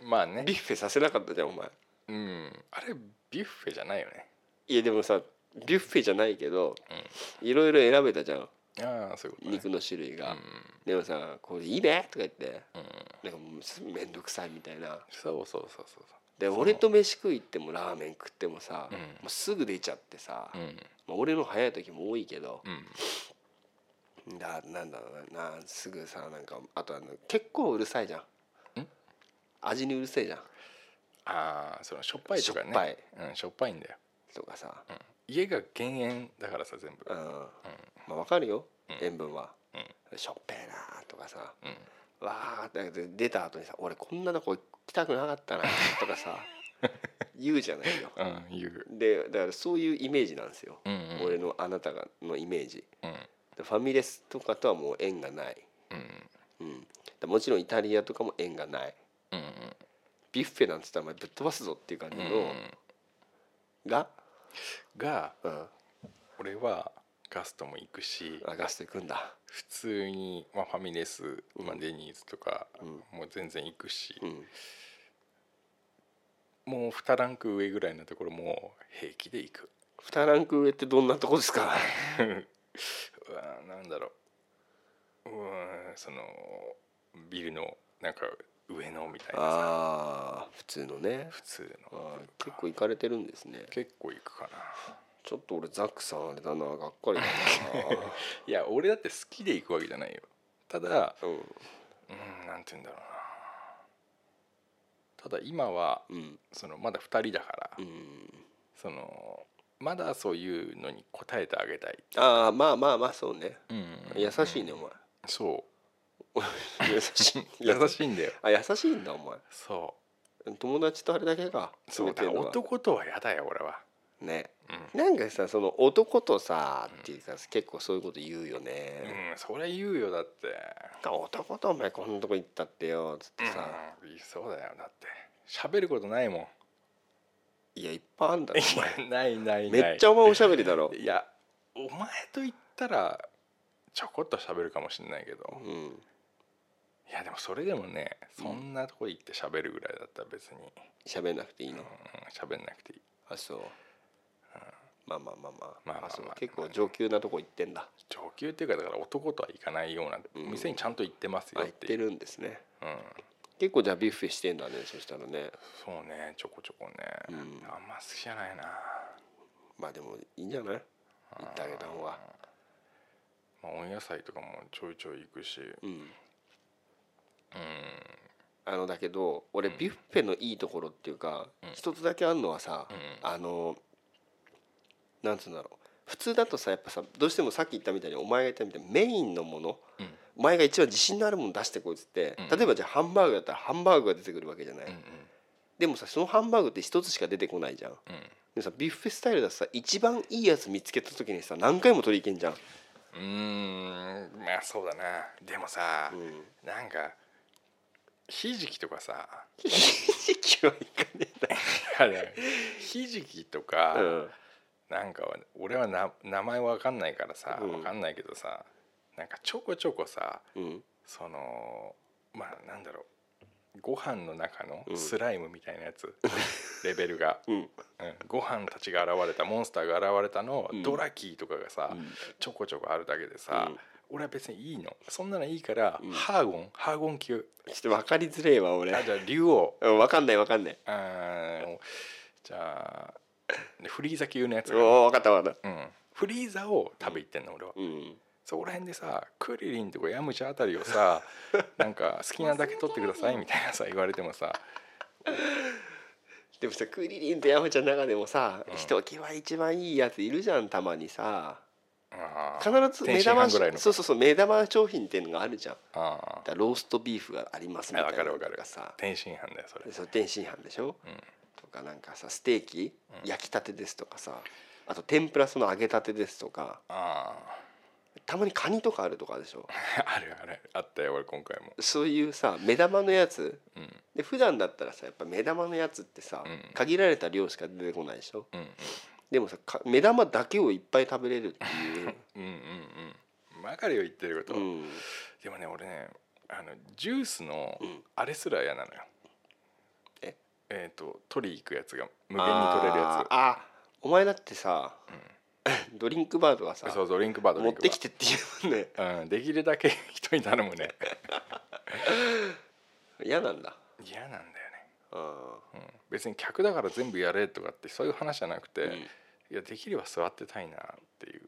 まあね
ビュッフェさせなかったじゃんお前。
うんあれビュッフェじゃないよね
いやでもさビュッフェじゃないけどいろいろ選べたじゃん
ああそういうことね
肉の種類が、
うん
でもさ「これいいね」とか言って
うん
なんかもうすめんどくさいみたいな
そうそうそうそう
で俺と飯食い行ってもラーメン食ってもさ、
うん
もうすぐ出ちゃってさ、
そううん
まあ、俺の早い時も多いけど、
うん
だなんだろうななすぐさなんかあとあの結構うるさいじゃん味にうるせえじゃん
ああそのしょっぱいとかね
しょっぱい
うん、しょっぱいんだよ、
とかさ、
うん、家が減塩だからさ全部
うんまあわかるよ、塩分は、しょっぺえなとかさ、わーって出た後にさ「俺こんなとこ来たくなかったな」とか さ言うじゃないよ。
うん言う
でだからそういうイメージなんですよ、
うんうん
俺のあなたがのイメージ
うん
でファミレスとかとはもう縁がない、
うん
うん、でもちろんイタリアとかも縁がない
うん
ビュッフェなんつったらお前ぶっ飛ばすぞっていう感じの、
うん
が、
が
うん、
俺はガストも行くし
あガスト行くんだ、
普通に、まあ、ファミレス、まあ、デニーズとか、もう全然行くし、
うん、
もう2ランク上ぐらいのところも平気で行く
2ランク上ってどんなとこですか
うわーなんだろううーんそのビルのなんか上のみたいなさ
ああ普通のね
普通
あ
の
ー結構行かれてるんですね
結構行くかな
ちょっと俺ザックさんあれだながっか りだ
いや俺だって好きで行くわけじゃないよただ
なうん
うんなんて言うんだろうなただ今は
うん
そのまだ2人だから、
うん
そのまだそういうのに応えてあげたい、
ああまあまあまあそうね
うん
優しいねお前
そう
優しい
優しいんだよ
あ優しいんだお前
そ
友達とあれだけか
うそうだ
決めてん
から
のは
男とはやだよ俺は
ね
うん
なんかさその男とさっていうか結構そういうこと言うよね、
うんそれ言うよだって
男とお前こんなとこ行ったってよつってさ、
うんいいそうだよだって喋ることないも
いやいっぱいあんだろお前
んないないない
めっちゃお前おしゃべり だろ、
いやお前と言ったらちょこっと喋るかもしれないけど
うん、
いやでもそれでもねそんなとこ行って喋るぐらいだったら別に
しゃべんなくていいの、
うん喋んなくていい
あそう、まあまあまあまあ,、
まあまあまあ
そう結構上級なとこ行ってんだ、
上級っていうかだから男とは行かないような
うん
店にちゃんと行ってますよ
あ
っ
行って
い
て
う、
るんですね
うん、
結構じゃあビュッフェしてんだねそしたらね
そうねちょこちょこね、
ん
あんま好きじゃないな
まあでもいいんじゃない行ってあげた方が
まあ温野菜とかもちょいちょい行くし
うん、あのだけど俺ビュッフェのいいところっていうか、一つだけあんのはさ、あのなんつうんだろう普通だとさやっぱさどうしてもさっき言ったみたいにお前が言ったみたいにメインのもの、
うん
お前が一番自信のあるもの出してこいっつって、例えばじゃあハンバーグだったらハンバーグが出てくるわけじゃない、
うん
でもさそのハンバーグって一つしか出てこないじゃんで
うん
もさビュッフェスタイルだとさ一番いいやつ見つけた時にさ何回も取りいけんじゃん
うーんまあそうだなでもさ、 なんかひじきとかさ
ひじきはいかね
あれひじきとか、
えな、うん、
なんかは俺はな名前わかんないからさ
うん
わかんないけどさ、なんかちょこちょこさ
うん
そのまあなんだろうご飯の中の
うん
スライムみたいなやつ、レベルが、
うん
うん、ご飯たちが現れたモンスターが現れたの、
うん
ドラキーとかがさ、
うん
ちょこちょこあるだけでさ、
うん
俺は別にいいのそんなのいいから、
うん
ハーゴンハーゴン級
ちょっと分かりづれえわ俺
あじゃあ竜王
うん分かんない分かんない
あーじゃあフリーザ級のやつ
お
が、
お分かった分かった
うん、フリーザを食べ行ってんの俺は、
うん
そこら辺でさクリリンとかヤムチャあたり をさなんか好きなだけ取ってくださいみたいなさ言われてもさ
でもさクリリンとヤムちゃんの中でもさ、
うん
ひときわ一番いいやついるじゃんたまにさ
あ
必
ー
ず
天
目
津
玉
飯
し
ぐらいの
そうそうそう目玉商品っていうのがあるじゃんだ
あ
からローストビーフがありますみ
あ
た
わ
いな
かる
の
わか
と
る
かさ
天津飯だよそれ
でそう天津飯でしょ、
うん
とかなんかさステーキ
うん
焼きたてですとかさあと天ぷらその揚げたてですとか
あ
たまにカニとかあるとかでしょ
あ あるあるあったよ俺今回も
そういうさ目玉のやつ
うんうん
で普段だったらさやっぱ目玉のやつってさ、
うん
限られた量しか出てこないでしょ
うん
でもさか目玉だけをいっぱい食べれるっていう
うんうんうんわかるよ言ってること、
うん、
でもね俺ねあのジュースの
うん
あれすら嫌なのよ、
え
えっ、と取り行くやつが無限に取れるや
あーあお前だってさ、ドリンクバーとかさ
つそうドリンクバードリ
持
ン
っ
クバー
てきてっていうもんね
うん、できるだけ人に頼むね
嫌なんだ
嫌なんだよね、
あ
うん、別に客だから全部やれとかってそういう話じゃなくて、
うん
いやできれば座ってたいなっていう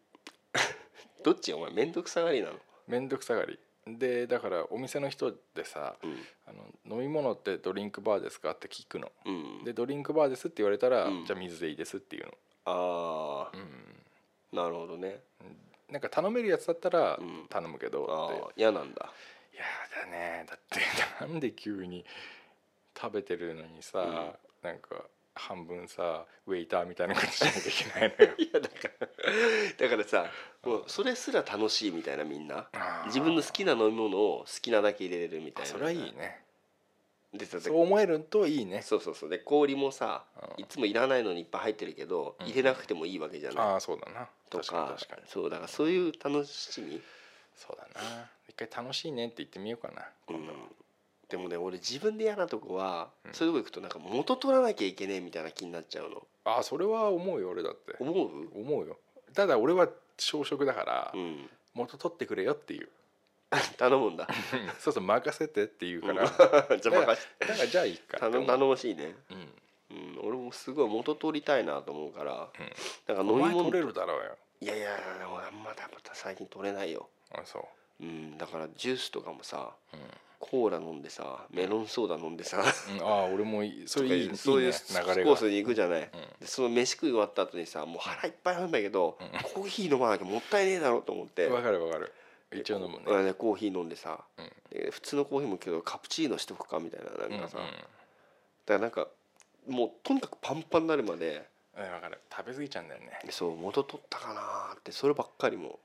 ーどっちお前面倒くさがりなの、
面倒くさがりでだからお店の人でさ
うん
あの「飲み物ってドリンクバーですか?」って聞くの
うん、
で「ドリンクバーです」って言われたら「
うん
じゃあ水でいいです」っていうの、
あ
うん、
あなるほどね
なんか頼めるやつだったら
うん
頼むけど
あ
って、
あ嫌なんだ
いやだねだって なんで急に食べてるのにさ、
うん
なんか半分さウェイターみたいなことしなきゃいけない のよ
いやだからだからさもうそれすら楽しいみたいなみんな
あー
自分の好きな飲み物を好きなだけ入れれるみたい
あ
な
それはいいね
でさ
そう思えるといいね
そうそうそうで氷もさ
う
い
ん
つもいらないのにいっぱい入ってるけど
うん
入れなくてもいいわけじゃない、
ああそうだな
と
確か
か
に確かに
そうだからそういう楽しみ、
そうだな一回楽しいねって言ってみようかな今度は
でもね俺自分で嫌なとこは、
うん
そういうとこ行くとなんか元取らなきゃいけねえみたいな気になっちゃうの
ああそれは思うよ俺だって
思う
思うよただ俺は小食だから
うん
元取ってくれよっていう
頼むんだ
そうそう任せてっていうから
うん
だか
じゃあ任せ
らじゃあいいかって
頼
思う
む頼もしいね、
うん
うん、俺もすごい元取りたいなと思うから、なんか飲
お
み
前
物
取れるだろうよ
いやいや俺あんまだまた最近取れないよ
あそう
うんだからジュースとかもさ
うん
コーラ飲んでさメロンソーダ飲んでさ
うん、ああ俺もいいそれいいいい、ね、
そういう
流れ
コー
が
スに行くじゃない、
うん
でその飯食い終わった後にさもう腹いっぱいなんだけど、
うん
コーヒー飲まなきゃもったいねえだろうと思って
わかるわかる一応飲むね、
俺ねコーヒー飲んでさ、
うん
で普通のコーヒーもけどカプチーノしとくかみたいな
うんう
なん
ん
かさ、だからなんかもうとにかくパンパンになるまで
うんわかる食べ過ぎちゃうんだよね
そう元取ったかなーってそればっかりも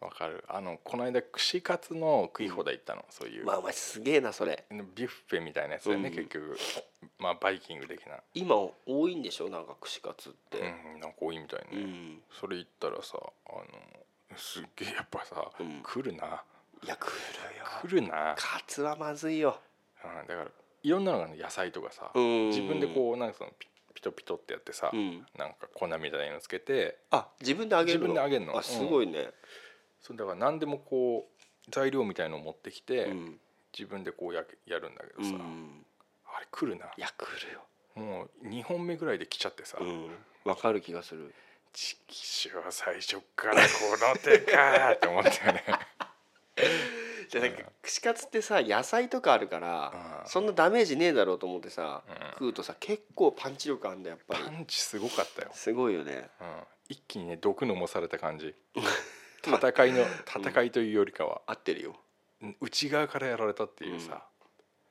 わかるあのこの間串カツの食い放題行ったのそういう、
まあお前すげえなそれ
ビュッフェみたいなやつだよね、
うん
結局まあバイキング的な、
今多いんでしょなんか串カツって、
うん、なんか多いみたいね、
うん
それ行ったらさあのすっげえやっぱさ、
うん
来るない
や来るよ
来るな、
カツはまずいよ
うん、だからいろんなのがあるの野菜とかさ、
うん
自分でこうなんかそのピピトピトってやってさ、
うん
なんか粉みたいのつけて
あ自分であげるの
自分であげるの
あすごいね、
そうだから何でもこう材料みたいのを持ってきて、
うん
自分でこうやけやるんだけど
う
さ、
ん、
あれ来るない
や来るよ
もう2本目ぐらいで来ちゃってさ、
うん、わかる気がする
ちきしょう最初からこの手かって思っ たよね
じゃなんか串カツってさ野菜とかあるから
うん
そんなダメージねえだろうと思ってさ
うん
食うとさ結構パンチ力あんだやっぱ
パ
り
ンチすごかったよ、
すごいよね
うん、一気にね毒のもされた感じ戦いの戦いというよりかは、
合ってるよ
うん内側からやられたっていうさ、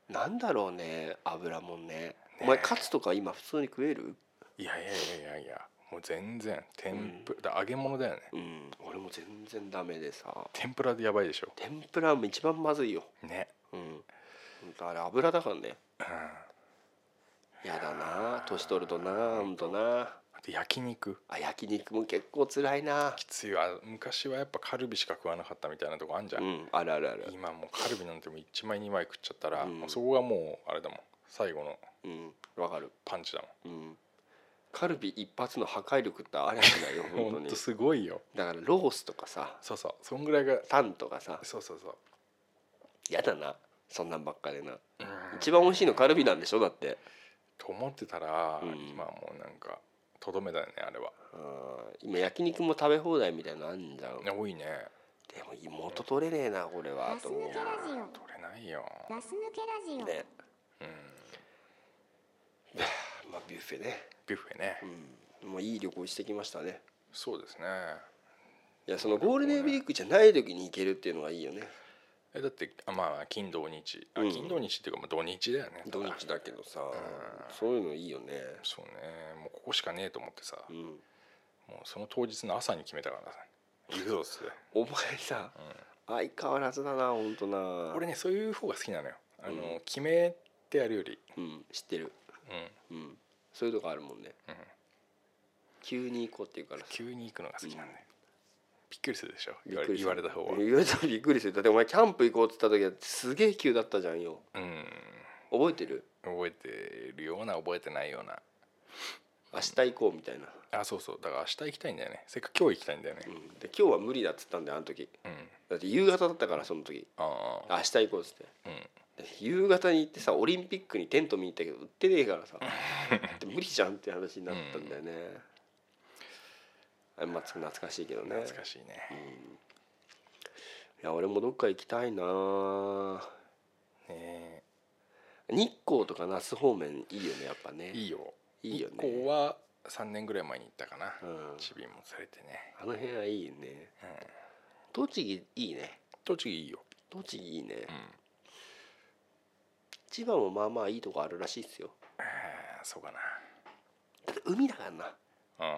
なんだろうね油もんねお前カツとか今普通に食える
いやいやいやいやいやもう全然天ぷら、だ揚げ物だよね
うん俺も全然ダメでさ
天ぷらでやばいでしょ
天ぷらも一番まずいよ
ね、
うんほんとあれ油だからね
うん、
やだな年取るとなほんとな
で焼肉
あ焼肉も結構辛いな
きついわ昔はやっぱカルビしか食わなかったみたいなとこあんじゃ、
うんんあるあるある
今もうカルビなんてもう1枚2枚食っちゃったら、
うん
もうそこがもうあれだもん最後の
うんわかる
パンチだ
うんカルビ一発の破壊力ってあれじゃないよ
も
本当
んほん
に
とすごいよ
だからロースとかさ
そうそうそんぐらいが
タンとかさ
そうそうそう
やだなそんなんばっかでな
うん
一番美味しいのカルビなんでしょだって
と思ってたら、
うん
今はもうなんかとどめだよねあれは
うん今焼肉も食べ放題みたいなのあんじゃん
いや多いね
でも妹取れねえなこれは
ガス
と
抜
思う
けラジオ
取れないよ、
ガス抜けラジオ、
ね
うん、
まあビュッフェね
ビュッフェね、
うんもういい旅行してきましたね
そうですね
いやそのゴールデンウィークじゃない時に行けるっていうのがいいよね
えだってあまあ金土日あ
うん
金土日っていうかまあ土日だよね
土日だけどさそういうのいいよね
そうねもうここしかねえと思ってさ、
うん
もうその当日の朝に決めたからさ行くぞっつって
お前さ相変わらずだなほんとな
俺ねそういう方が好きなのよあの、
うん
決めてやるより
うん知ってる
うん
うんそういうとこあるもんね
うん
急に行こうって言うからさ
急に行くのが好きなんで、びっくりするでしょ
び
言
っ
わ
く
れ
りす
言
る
われた方は
言われたらびっくりするだってお前キャンプ行こうって言った時はすげえ急だったじゃんよ
うん
覚えてる
覚えてるような覚えてないような
明日行こうみたいな、
あそうそうだから明日行きたいんだよねせっかく今日行きたいんだよね
うん、で今日は無理だっつったんだよあの時
うん、
だって夕方だったからその時
ああ
明日行こうっつって
うん
で夕方に行ってさオリンピックにテント見に行ったけど売ってねえからさで無理じゃんって話になったんだよね、あまあ懐かしいけどね
懐かしいね
いや俺もどっか行きたいな
ね
日光とか那須方面いいよねやっぱね
えいいよ
いいよね
日光は3年ぐらい前に行ったかな、
うん
チビも連れてね、
あの辺はいいね
うん、
栃木いいね
栃木いいよ、
栃木いいね、
うん、
千葉もまあまあいいとこあるらしいっすよ
あーそうかな
だって海だからな
うん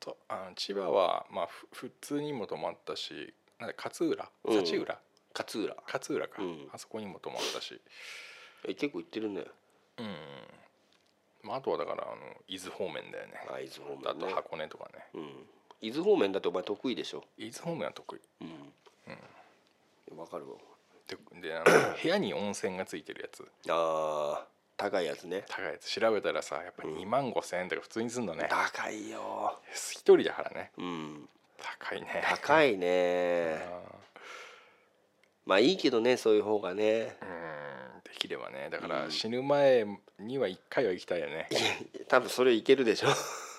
とあの千葉はまあふ普通にも泊まったしなんだ勝浦
うん
幸浦、
勝浦
勝浦か、
うん
あそこにも泊まったし
え結構行ってるね
うん、まあ、あとはだからあの伊豆方面だよね
あ伊豆方面ね
あと箱根とかね
うん伊豆方面だってお前得意でしょ
伊豆方面は得意
うんわかるわ
でで あの部屋に温泉がついてるやつ
あー高いやつね
高いやつ調べたらさやっぱ2万5千円とか普通にすんのね
高いよ
一人だからね
うん
高いね
高
い
い ねまあいいけどねそういう方がね
うんできればねだから死ぬ前には1回は行きたいよね
多分それいけるでしょ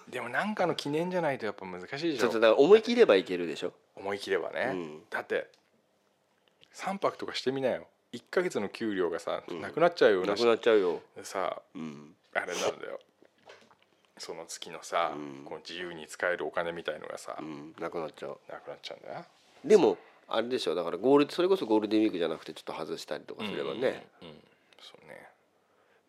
でもなんかの記念じゃないとやっぱ難しいでし
ちょっと
ょ
だから思い切ればいけるでしょ
思い切ればね、
うん
だって3泊とかしてみなよ1ヶ月の給料がさなくなっちゃうよう
な
な
くなっちゃうよ
さ
うん
あれなんだよその月のさ、
うん
こう自由に使えるお金みたいのがさ、
うんなくなっちゃう
なくなっちゃうんだよ
でもあれでしょだからゴールそれこそゴールデンウィークじゃなくてちょっと外したりとかすればね、
うん、うんそうね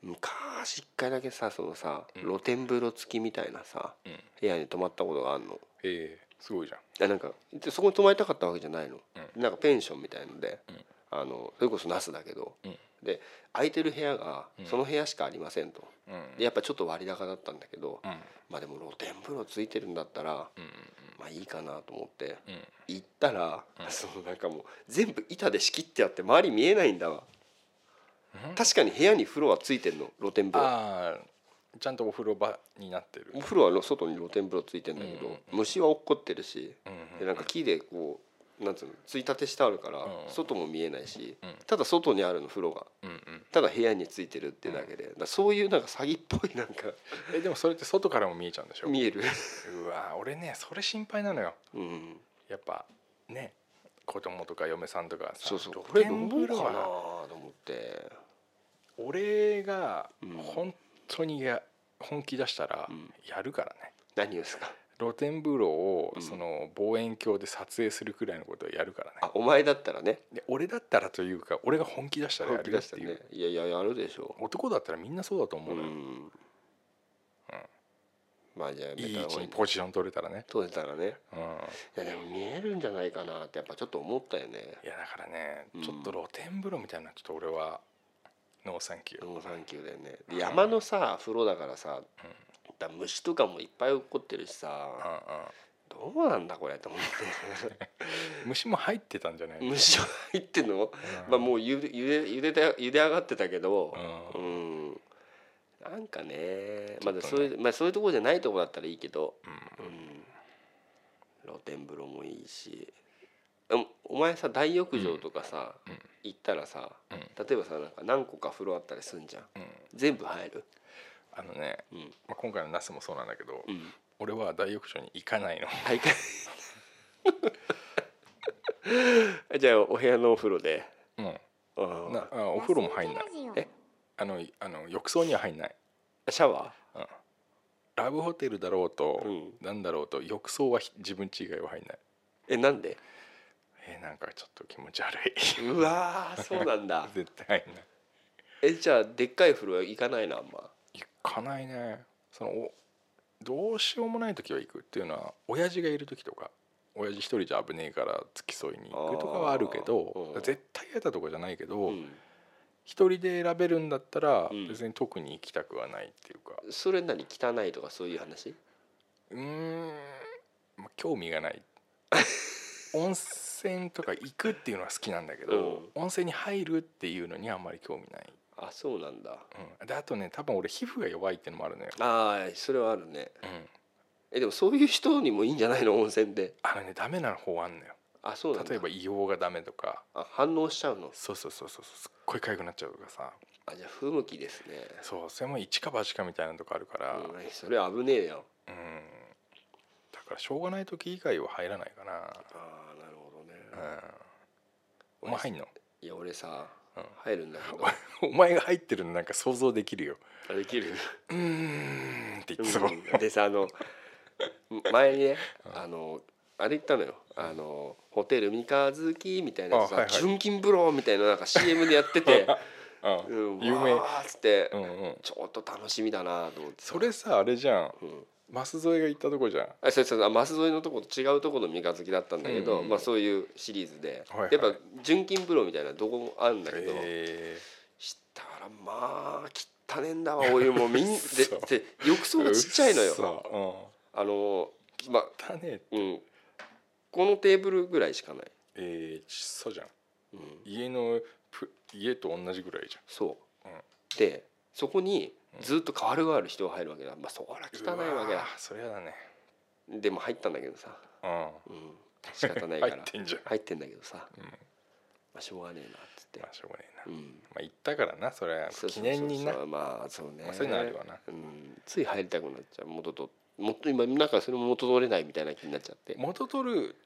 昔一回だけさそのさ露天風呂付きみたいなさ、
うん
部屋に泊まったことがあるの
ええすごいじゃん
でなんかでそこに泊まりたかったわけじゃないの、
う
なんかペンションみたいので、
ん
あのそれこそ那須だけど、
うん
で空いてる部屋が
ん
その部屋しかありませんと、
うん
でやっぱちょっと割高だったんだけど、
うん
まあでも露天風呂ついてるんだったら、
うん
まあいいかなと思って
うんうん
行ったら、 そのなんかもう全部板で仕切ってあって周り見えないんだわ、
うん
確かに部屋に風呂はついてんの露天風呂
ああちゃんとお風呂場になってる
お風呂はの外に露天風呂ついてんだけど、
うんうん
虫は落っこってるし、
うんうん
でなんか木でこうなんつうのついたてしてあるから、
んうん
外も見えないし、
うん
ただ外にあるの風呂が
うんうん
ただ部屋についてるってだけで、だからそういうなんか詐欺っぽいなんか
えでもそれって外からも見えちゃうんでしょ
見える、
うわ俺ねそれ心配なのよ
うん、
やっぱね子供とか嫁さんとかさ
そうそう
露
これど
天
う
風呂
かな
は
と思って、
俺が
うん
本当にや本気出したら
うん
やるからね、
何をですか
露天風呂を
うん
その望遠鏡で撮影するくらいのことをやるからね、
あお前だったらね
で俺だったらというか俺が本気出したら
本
や
気
るよ
出
っ
した
て
ら
いう、
ねいやいややるでしょ
男だったらみんなそうだと思
う、
う
うん
のよ、
まあじゃあやめ
いい位
た
置
方がい
に
い
ポジション取れたらね、
取れたらね
うん、い
いやでも見えるんじゃないかなってやっぱちょっと思ったよね
やだからね、
うん
ちょっと露天風呂みたいなのはちょっと俺はノーサンキュー、
ノーサンキューだよねで山のさ風呂だからさ、った虫とかもいっぱい起こってるしさ
う
どうなんだこれと思って
んうん、虫も入ってたんじゃない
虫は入ってんの、まあ、もうゆでゆでゆでたゆで上がってたけど
う
うん、なんかねまあ、
ちょっ
そ
とね
ういうまあそういうところじゃないところだったらいいけど、
う
うん、露天風呂もいいしうんお前さ大浴場とかさ、
うんうん
行ったらさ、
うん
例えばさなんか何個か風呂あったりすんじゃん
んうん、
全部入る、
あのね、
うん
まあ、今回のナスもそうなんだけど、
うん、
俺は大浴場に行かないの
はい じゃあお部屋のお風呂で、
うん
うん、
なあお風呂も入んない
え
あのあの浴槽には入んない
シャワ
ラブホテルだろうと、
うん
なんだろうと浴槽はひ自分家以外は入んない
ーえなんで
えーなんかちょっと気持ち悪い
うわーそうなんだ
絶対入んない
えじゃあでっかい風呂は行かないなあんま
行かないねそのおどうしようもない時は行くっていうのは親父がいる時とか親父一人じゃ危ねえから付き添いに行くとかはあるけ
あー
ど
うん
絶対嫌だとかじゃないけど、
うん
一人で選べるんだったら
うん
別に特に行きたくはないっていうか
それ何汚いとかそういう話
うーん、まあ、興味がない 温泉とか行くっていうのは好きなんだけど、温泉に入るっていうのにあんまり興味ない、
あそうなんだ
うん、であとね多分俺皮膚が弱いってのもあるのよ、
あーそれはあるね
うん、
えでもそういう人にもいいんじゃないの温泉で
あのねダメな方あんのよ
あそうなんだ
例えば硫黄がダメとか
あ反応しちゃうの
そうそうそうそうすっごい痒くなっちゃうとかさ
あじゃあ不向きですね
そうそれも一か八かみたいなとこあるからうん、
うんそれ危ねえよ
だからしょうがない時以外は入らないかな
ああなるほどね
うんお前入んの
いや俺さ
うん
入るんだけど
お前が入ってるのなんか想像できるよ
あできる
うーんって言ってそう
うんでさあの前にねあのあれ行ったのよあのホテル三日月みたいなやつさ、
あはいはい
純金風呂みたいななんか CM でやって て、
う
うんん、
有名
わーっつって、
うんうん
ちょっと楽しみだなと思ってさ
それさあれじゃん
うん
舛添が行ったとこじゃん
あそうそうあマス沿いのとこと違うとこの三日月だったんだけど、
うん
まあ、そういうシリーズで、
はいはい
やっぱ純金風呂みたいなどこもあるんだけど、
え
したらまあ汚ねえんだわお湯もみんで
嘘
で浴槽
ー
がちっちゃいの
うっ
よ。
そ
あのまあ
うん汚ね
うん、このテーブルぐらいしかない、
えーちっそじゃん
うん、
家のプ家と同じぐらいじ
そう、
うん
でそこにずっと変わる変わる人が入るわけだ、まあ、そり
ゃ
ゃ
ん
汚いわけ
う
だ
ーそれやだね
でも入ったんだけどさ、う
う
ん、仕方ない
ん
か
入っ
ら
てんじゃん
入ってんだけどさ、
うん
まあ、しょうがねえなっつって
まあしょうがねえな
うん
まあ行ったからなそれは
そうそうそうそう
記念にな
まあそうね、
まあそういうのあるわな
うん、つい入りたくなっちゃう元ともっと今なんかそれも元取れないみたいな気になっちゃって
元取る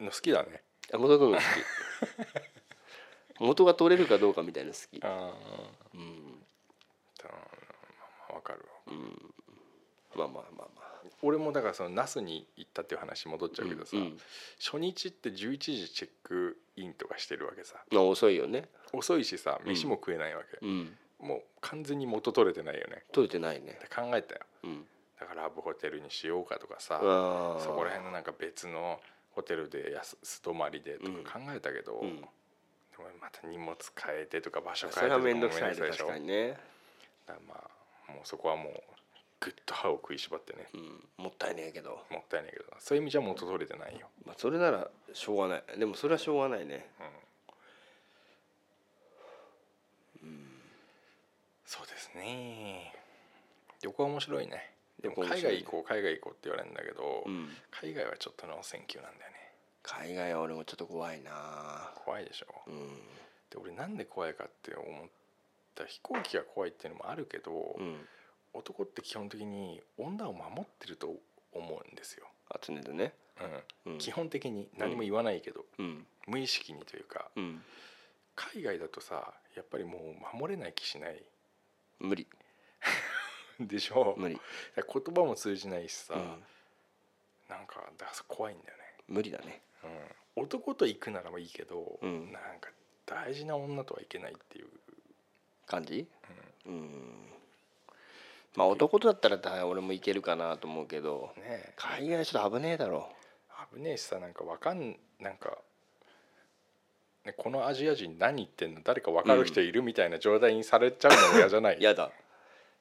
の好きだね
あ元取るの好 き元が取れるかどうかみたいなの好き、
あ
うん
あわかる
う
わ
ん、まあまあまあまあ
俺もだからその那須に行ったっていう話戻っちゃうけどさ、
うんうん
初日って11時チェックインとかしてるわけさ
まあ遅いよね、
遅いしさ
ん
飯も食えないわけ、
うん、
もう完全に元取れてないよね
取れてないね
で、考えたよ
うん、
だからラブホテルにしようかとかさ、
あ
そこら辺のなんか別のホテルでやす素泊まりでとか考えたけど、
うん
でもまた荷物変えてとか場所
そ
変え
れは
てとかも
面倒くさい
めんど
ね
くさ
確か
でし
にね、
ょだからまあもうそこはもうグッと歯を食いしばってね
うん、もったいねえけど、
もったいないけどそういう意味じゃ元取れてないよ
まあ、それならしょうがないでもそれはしょうがないね
そうですね旅行は面白いねでも
旅行面
海
白い
外行こう海外行こうって言われるんだけど、
うん
海外はちょっとの選球なんだよね
海外は俺もちょっと怖いな
怖いでしょ
うん
で俺なんで怖いかって思った飛行機が怖いっていうのもあるけど、
うん
男って基本的に女を守ってると思うんですよ、
あ常々ね
う
うんん
基本的に何も言わないけど、
うん
無意識にというか
うん
海外だとさやっぱりもう守れない気しない
無理
でしょ、
無理、
言葉も通じないしさ、
うん、
なんかだから怖いんだよね
無理だね
うん、男と行くならばいいけど、
うん
なんか大事な女とはいけないっていう、
感じうんまあ男とだったらだ俺もいけるかなと思うけど
うん、ねえ
海外はちょっと危ねえだろ
危ねえしさなんかわかんなんか、ね、このアジア人何言ってんの誰かわかる人いるみたいな状態にされちゃうのも嫌じゃない、
嫌だ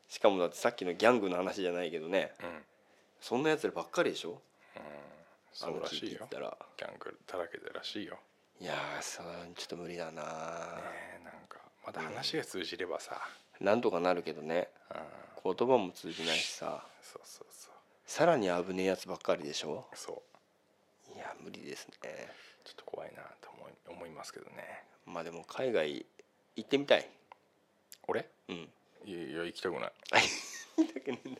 しかもだってさっきのギャングの話じゃないけどね
うん、うん、
そんなやつらばっかりでしょあ
そ
の
うら
地
しい
域行
よ
ったら
ギャングだらけでらしいよ、
いやーそれはちょっと無理だな
ねえ、なんかまだ話が通じればさ、
なんとかなるけどね
うん、
言葉も通じないしさ
そうそうそう
さらに危ねえやつばっかりでしょ
そう
いや無理ですね
ちょっと怖いなと思い思いますけどね
まあでも海外行ってみたい
俺
うん
いやいや行きた くない
だけどね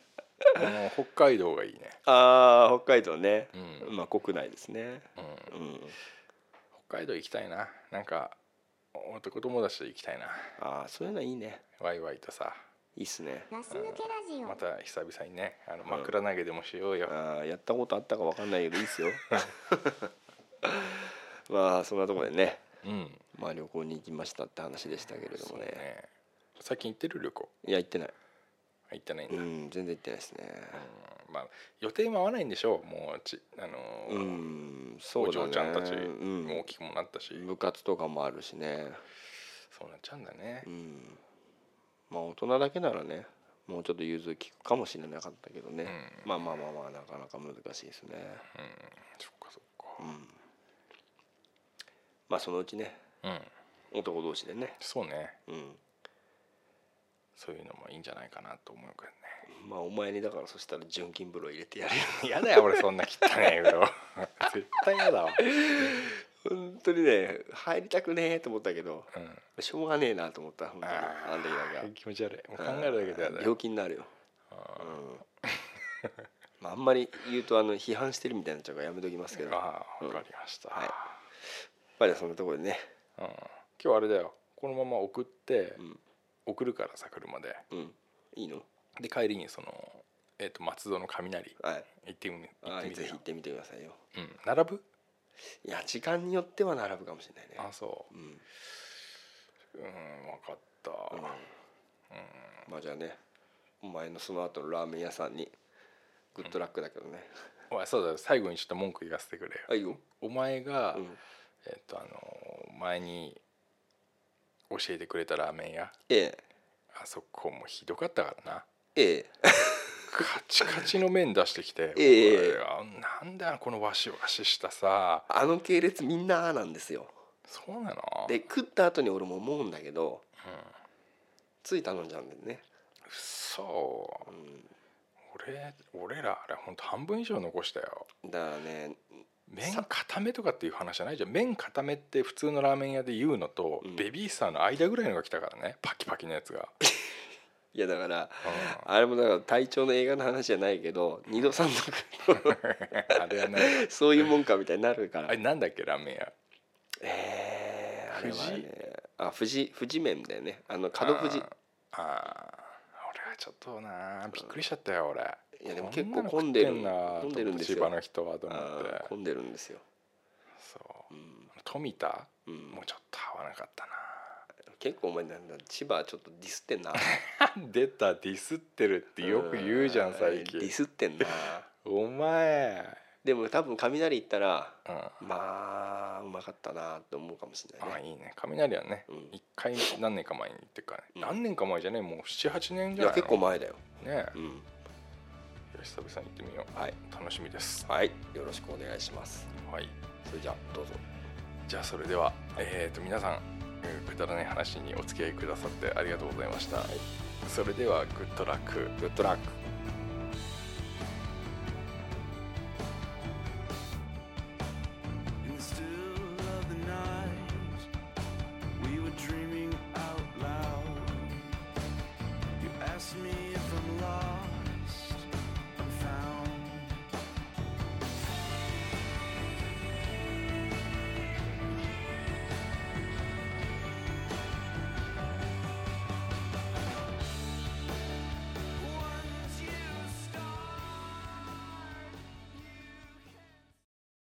もう北海道がいいね
あー北海道ね
う、ん、
まあ国内ですね
うん、
うん
北海道行きたいななんか男友達と行きたいな
ああそういうのいいね
ワイワイとさ
いいっすね
ガス抜けラジオ
また久々にねあの枕投げでもしようよ、
あーやったことあったかわかんないけどいいっすよ まあそんなところでね
うん
まあ旅行に行きましたって話でしたけれど
そ
も
う
ね
ね最近行ってる旅行
いや行ってない
あ行ってないん
う
だ、うん
ん全然行ってないですね
まあ予定も合わないんでしょうもうちあの
う
ー
んそ
お
うだね
嬢ちゃんたち
うん
も大きくもなったし、
部活とかもあるしね
そうなっちゃうんだね、
うんまあ大人だけならねもうちょっと融通きくかもしれなかったけどね、
う
まあまあまあまあなかなか難しいですね
そっかそっ
う
か
んまあそのうちね
うん、
男同士でね
そうね
うん
そういうのもいいんじゃないかなと思うけどね
まあお前にだからそしたら純金風呂入れてやるよ
嫌だよ俺そんな汚い風呂 絶対 嫌だわ
本当にね入りたくねえと思ったけど
うん
しょうがねえなと思った本当に
あー
あの時だけは
気持ち悪いもう考えるだけでやだ
病
よ
気になるよ
あ
う
ー
んまああんまり言うとあの批判してるみたいになっちゃうからやめときますけどやっ
あーわかりました、
はいぱりそんなところでね
うん、今日あれだよこのまま送って、
うん
送るからさ車で
うんいいの
で帰りにその、えー、と松戸の雷
はい
行ってみる行っ
は
て
い
み
ぜ
て
ひ行
よ
っ、てみてくださいよ
うん、並ぶ
いや時間によっては並ぶかもしれないね
あそ
うん
ううん分かった、
うんまあじゃあねお前のその後のラーメン屋さんにグッドラックだけどね
おいそうだよ最後にちょっと文句言わせてくれよ
あいいよ
お前が、
うん
えっ、とあの前に教えてくれたラーメン屋
え
あそこもひどかったからな
ええ、
カチカチの麺出してきて
ええ
俺あなんだよこのわしわししたさ
あの系列みんなああなんですよ
そうなの
で食った後に俺も思うんだけど
うん、
つい頼んじゃうんだよね
そう俺俺らあれほんと半分以上残したよ
うんだからね
麺
さ
固めとかっていう話じゃないじゃん麺固めって普通のラーメン屋で言うのと、
うん
ベビースターの間ぐらいのが来たからねパキパキのやつが、
いやだから
う
あれもだから体調の映画の話じゃないけど二度三度
んあれはね
そういうもんかみたいになるか
あ
ら
れなんだっけラーメン屋
ええあれは
富
ねあ富士富士麺だよねあの角富士
あーあー俺はちょっとなびっくりしちゃったよ俺
いやでも
こなの
結構混んでる
食ってな
混んでるんですよ
千葉の人はと思
あ
っ
ー
て
混んでるんですよ
そう
うん
富田
うん
もうちょっと合わなかった
結構お前なんだ千葉ちょっとディス ってんなっ
な 出たディスってるってよく言うじゃん最
ディ
近
スってんな
お前
でも多分雷行ったら
うん
まあうまかったなって思うかもしれない
あ
ね
いいね雷はね
うん
一回何年か前に行ってっからね
うん
何年か前じゃねもう78年
い
じゃ
や
ないの
結構前だよ
ね
う
え
ん
久々に行ってみよう
はい
楽しみです
はいよろしくお願いします
はい
それじゃあどうぞ
じゃあそれでは、えー、と皆さんえーくだらない話にお付き合いくださってありがとうございました、それではグッドラックグッドラック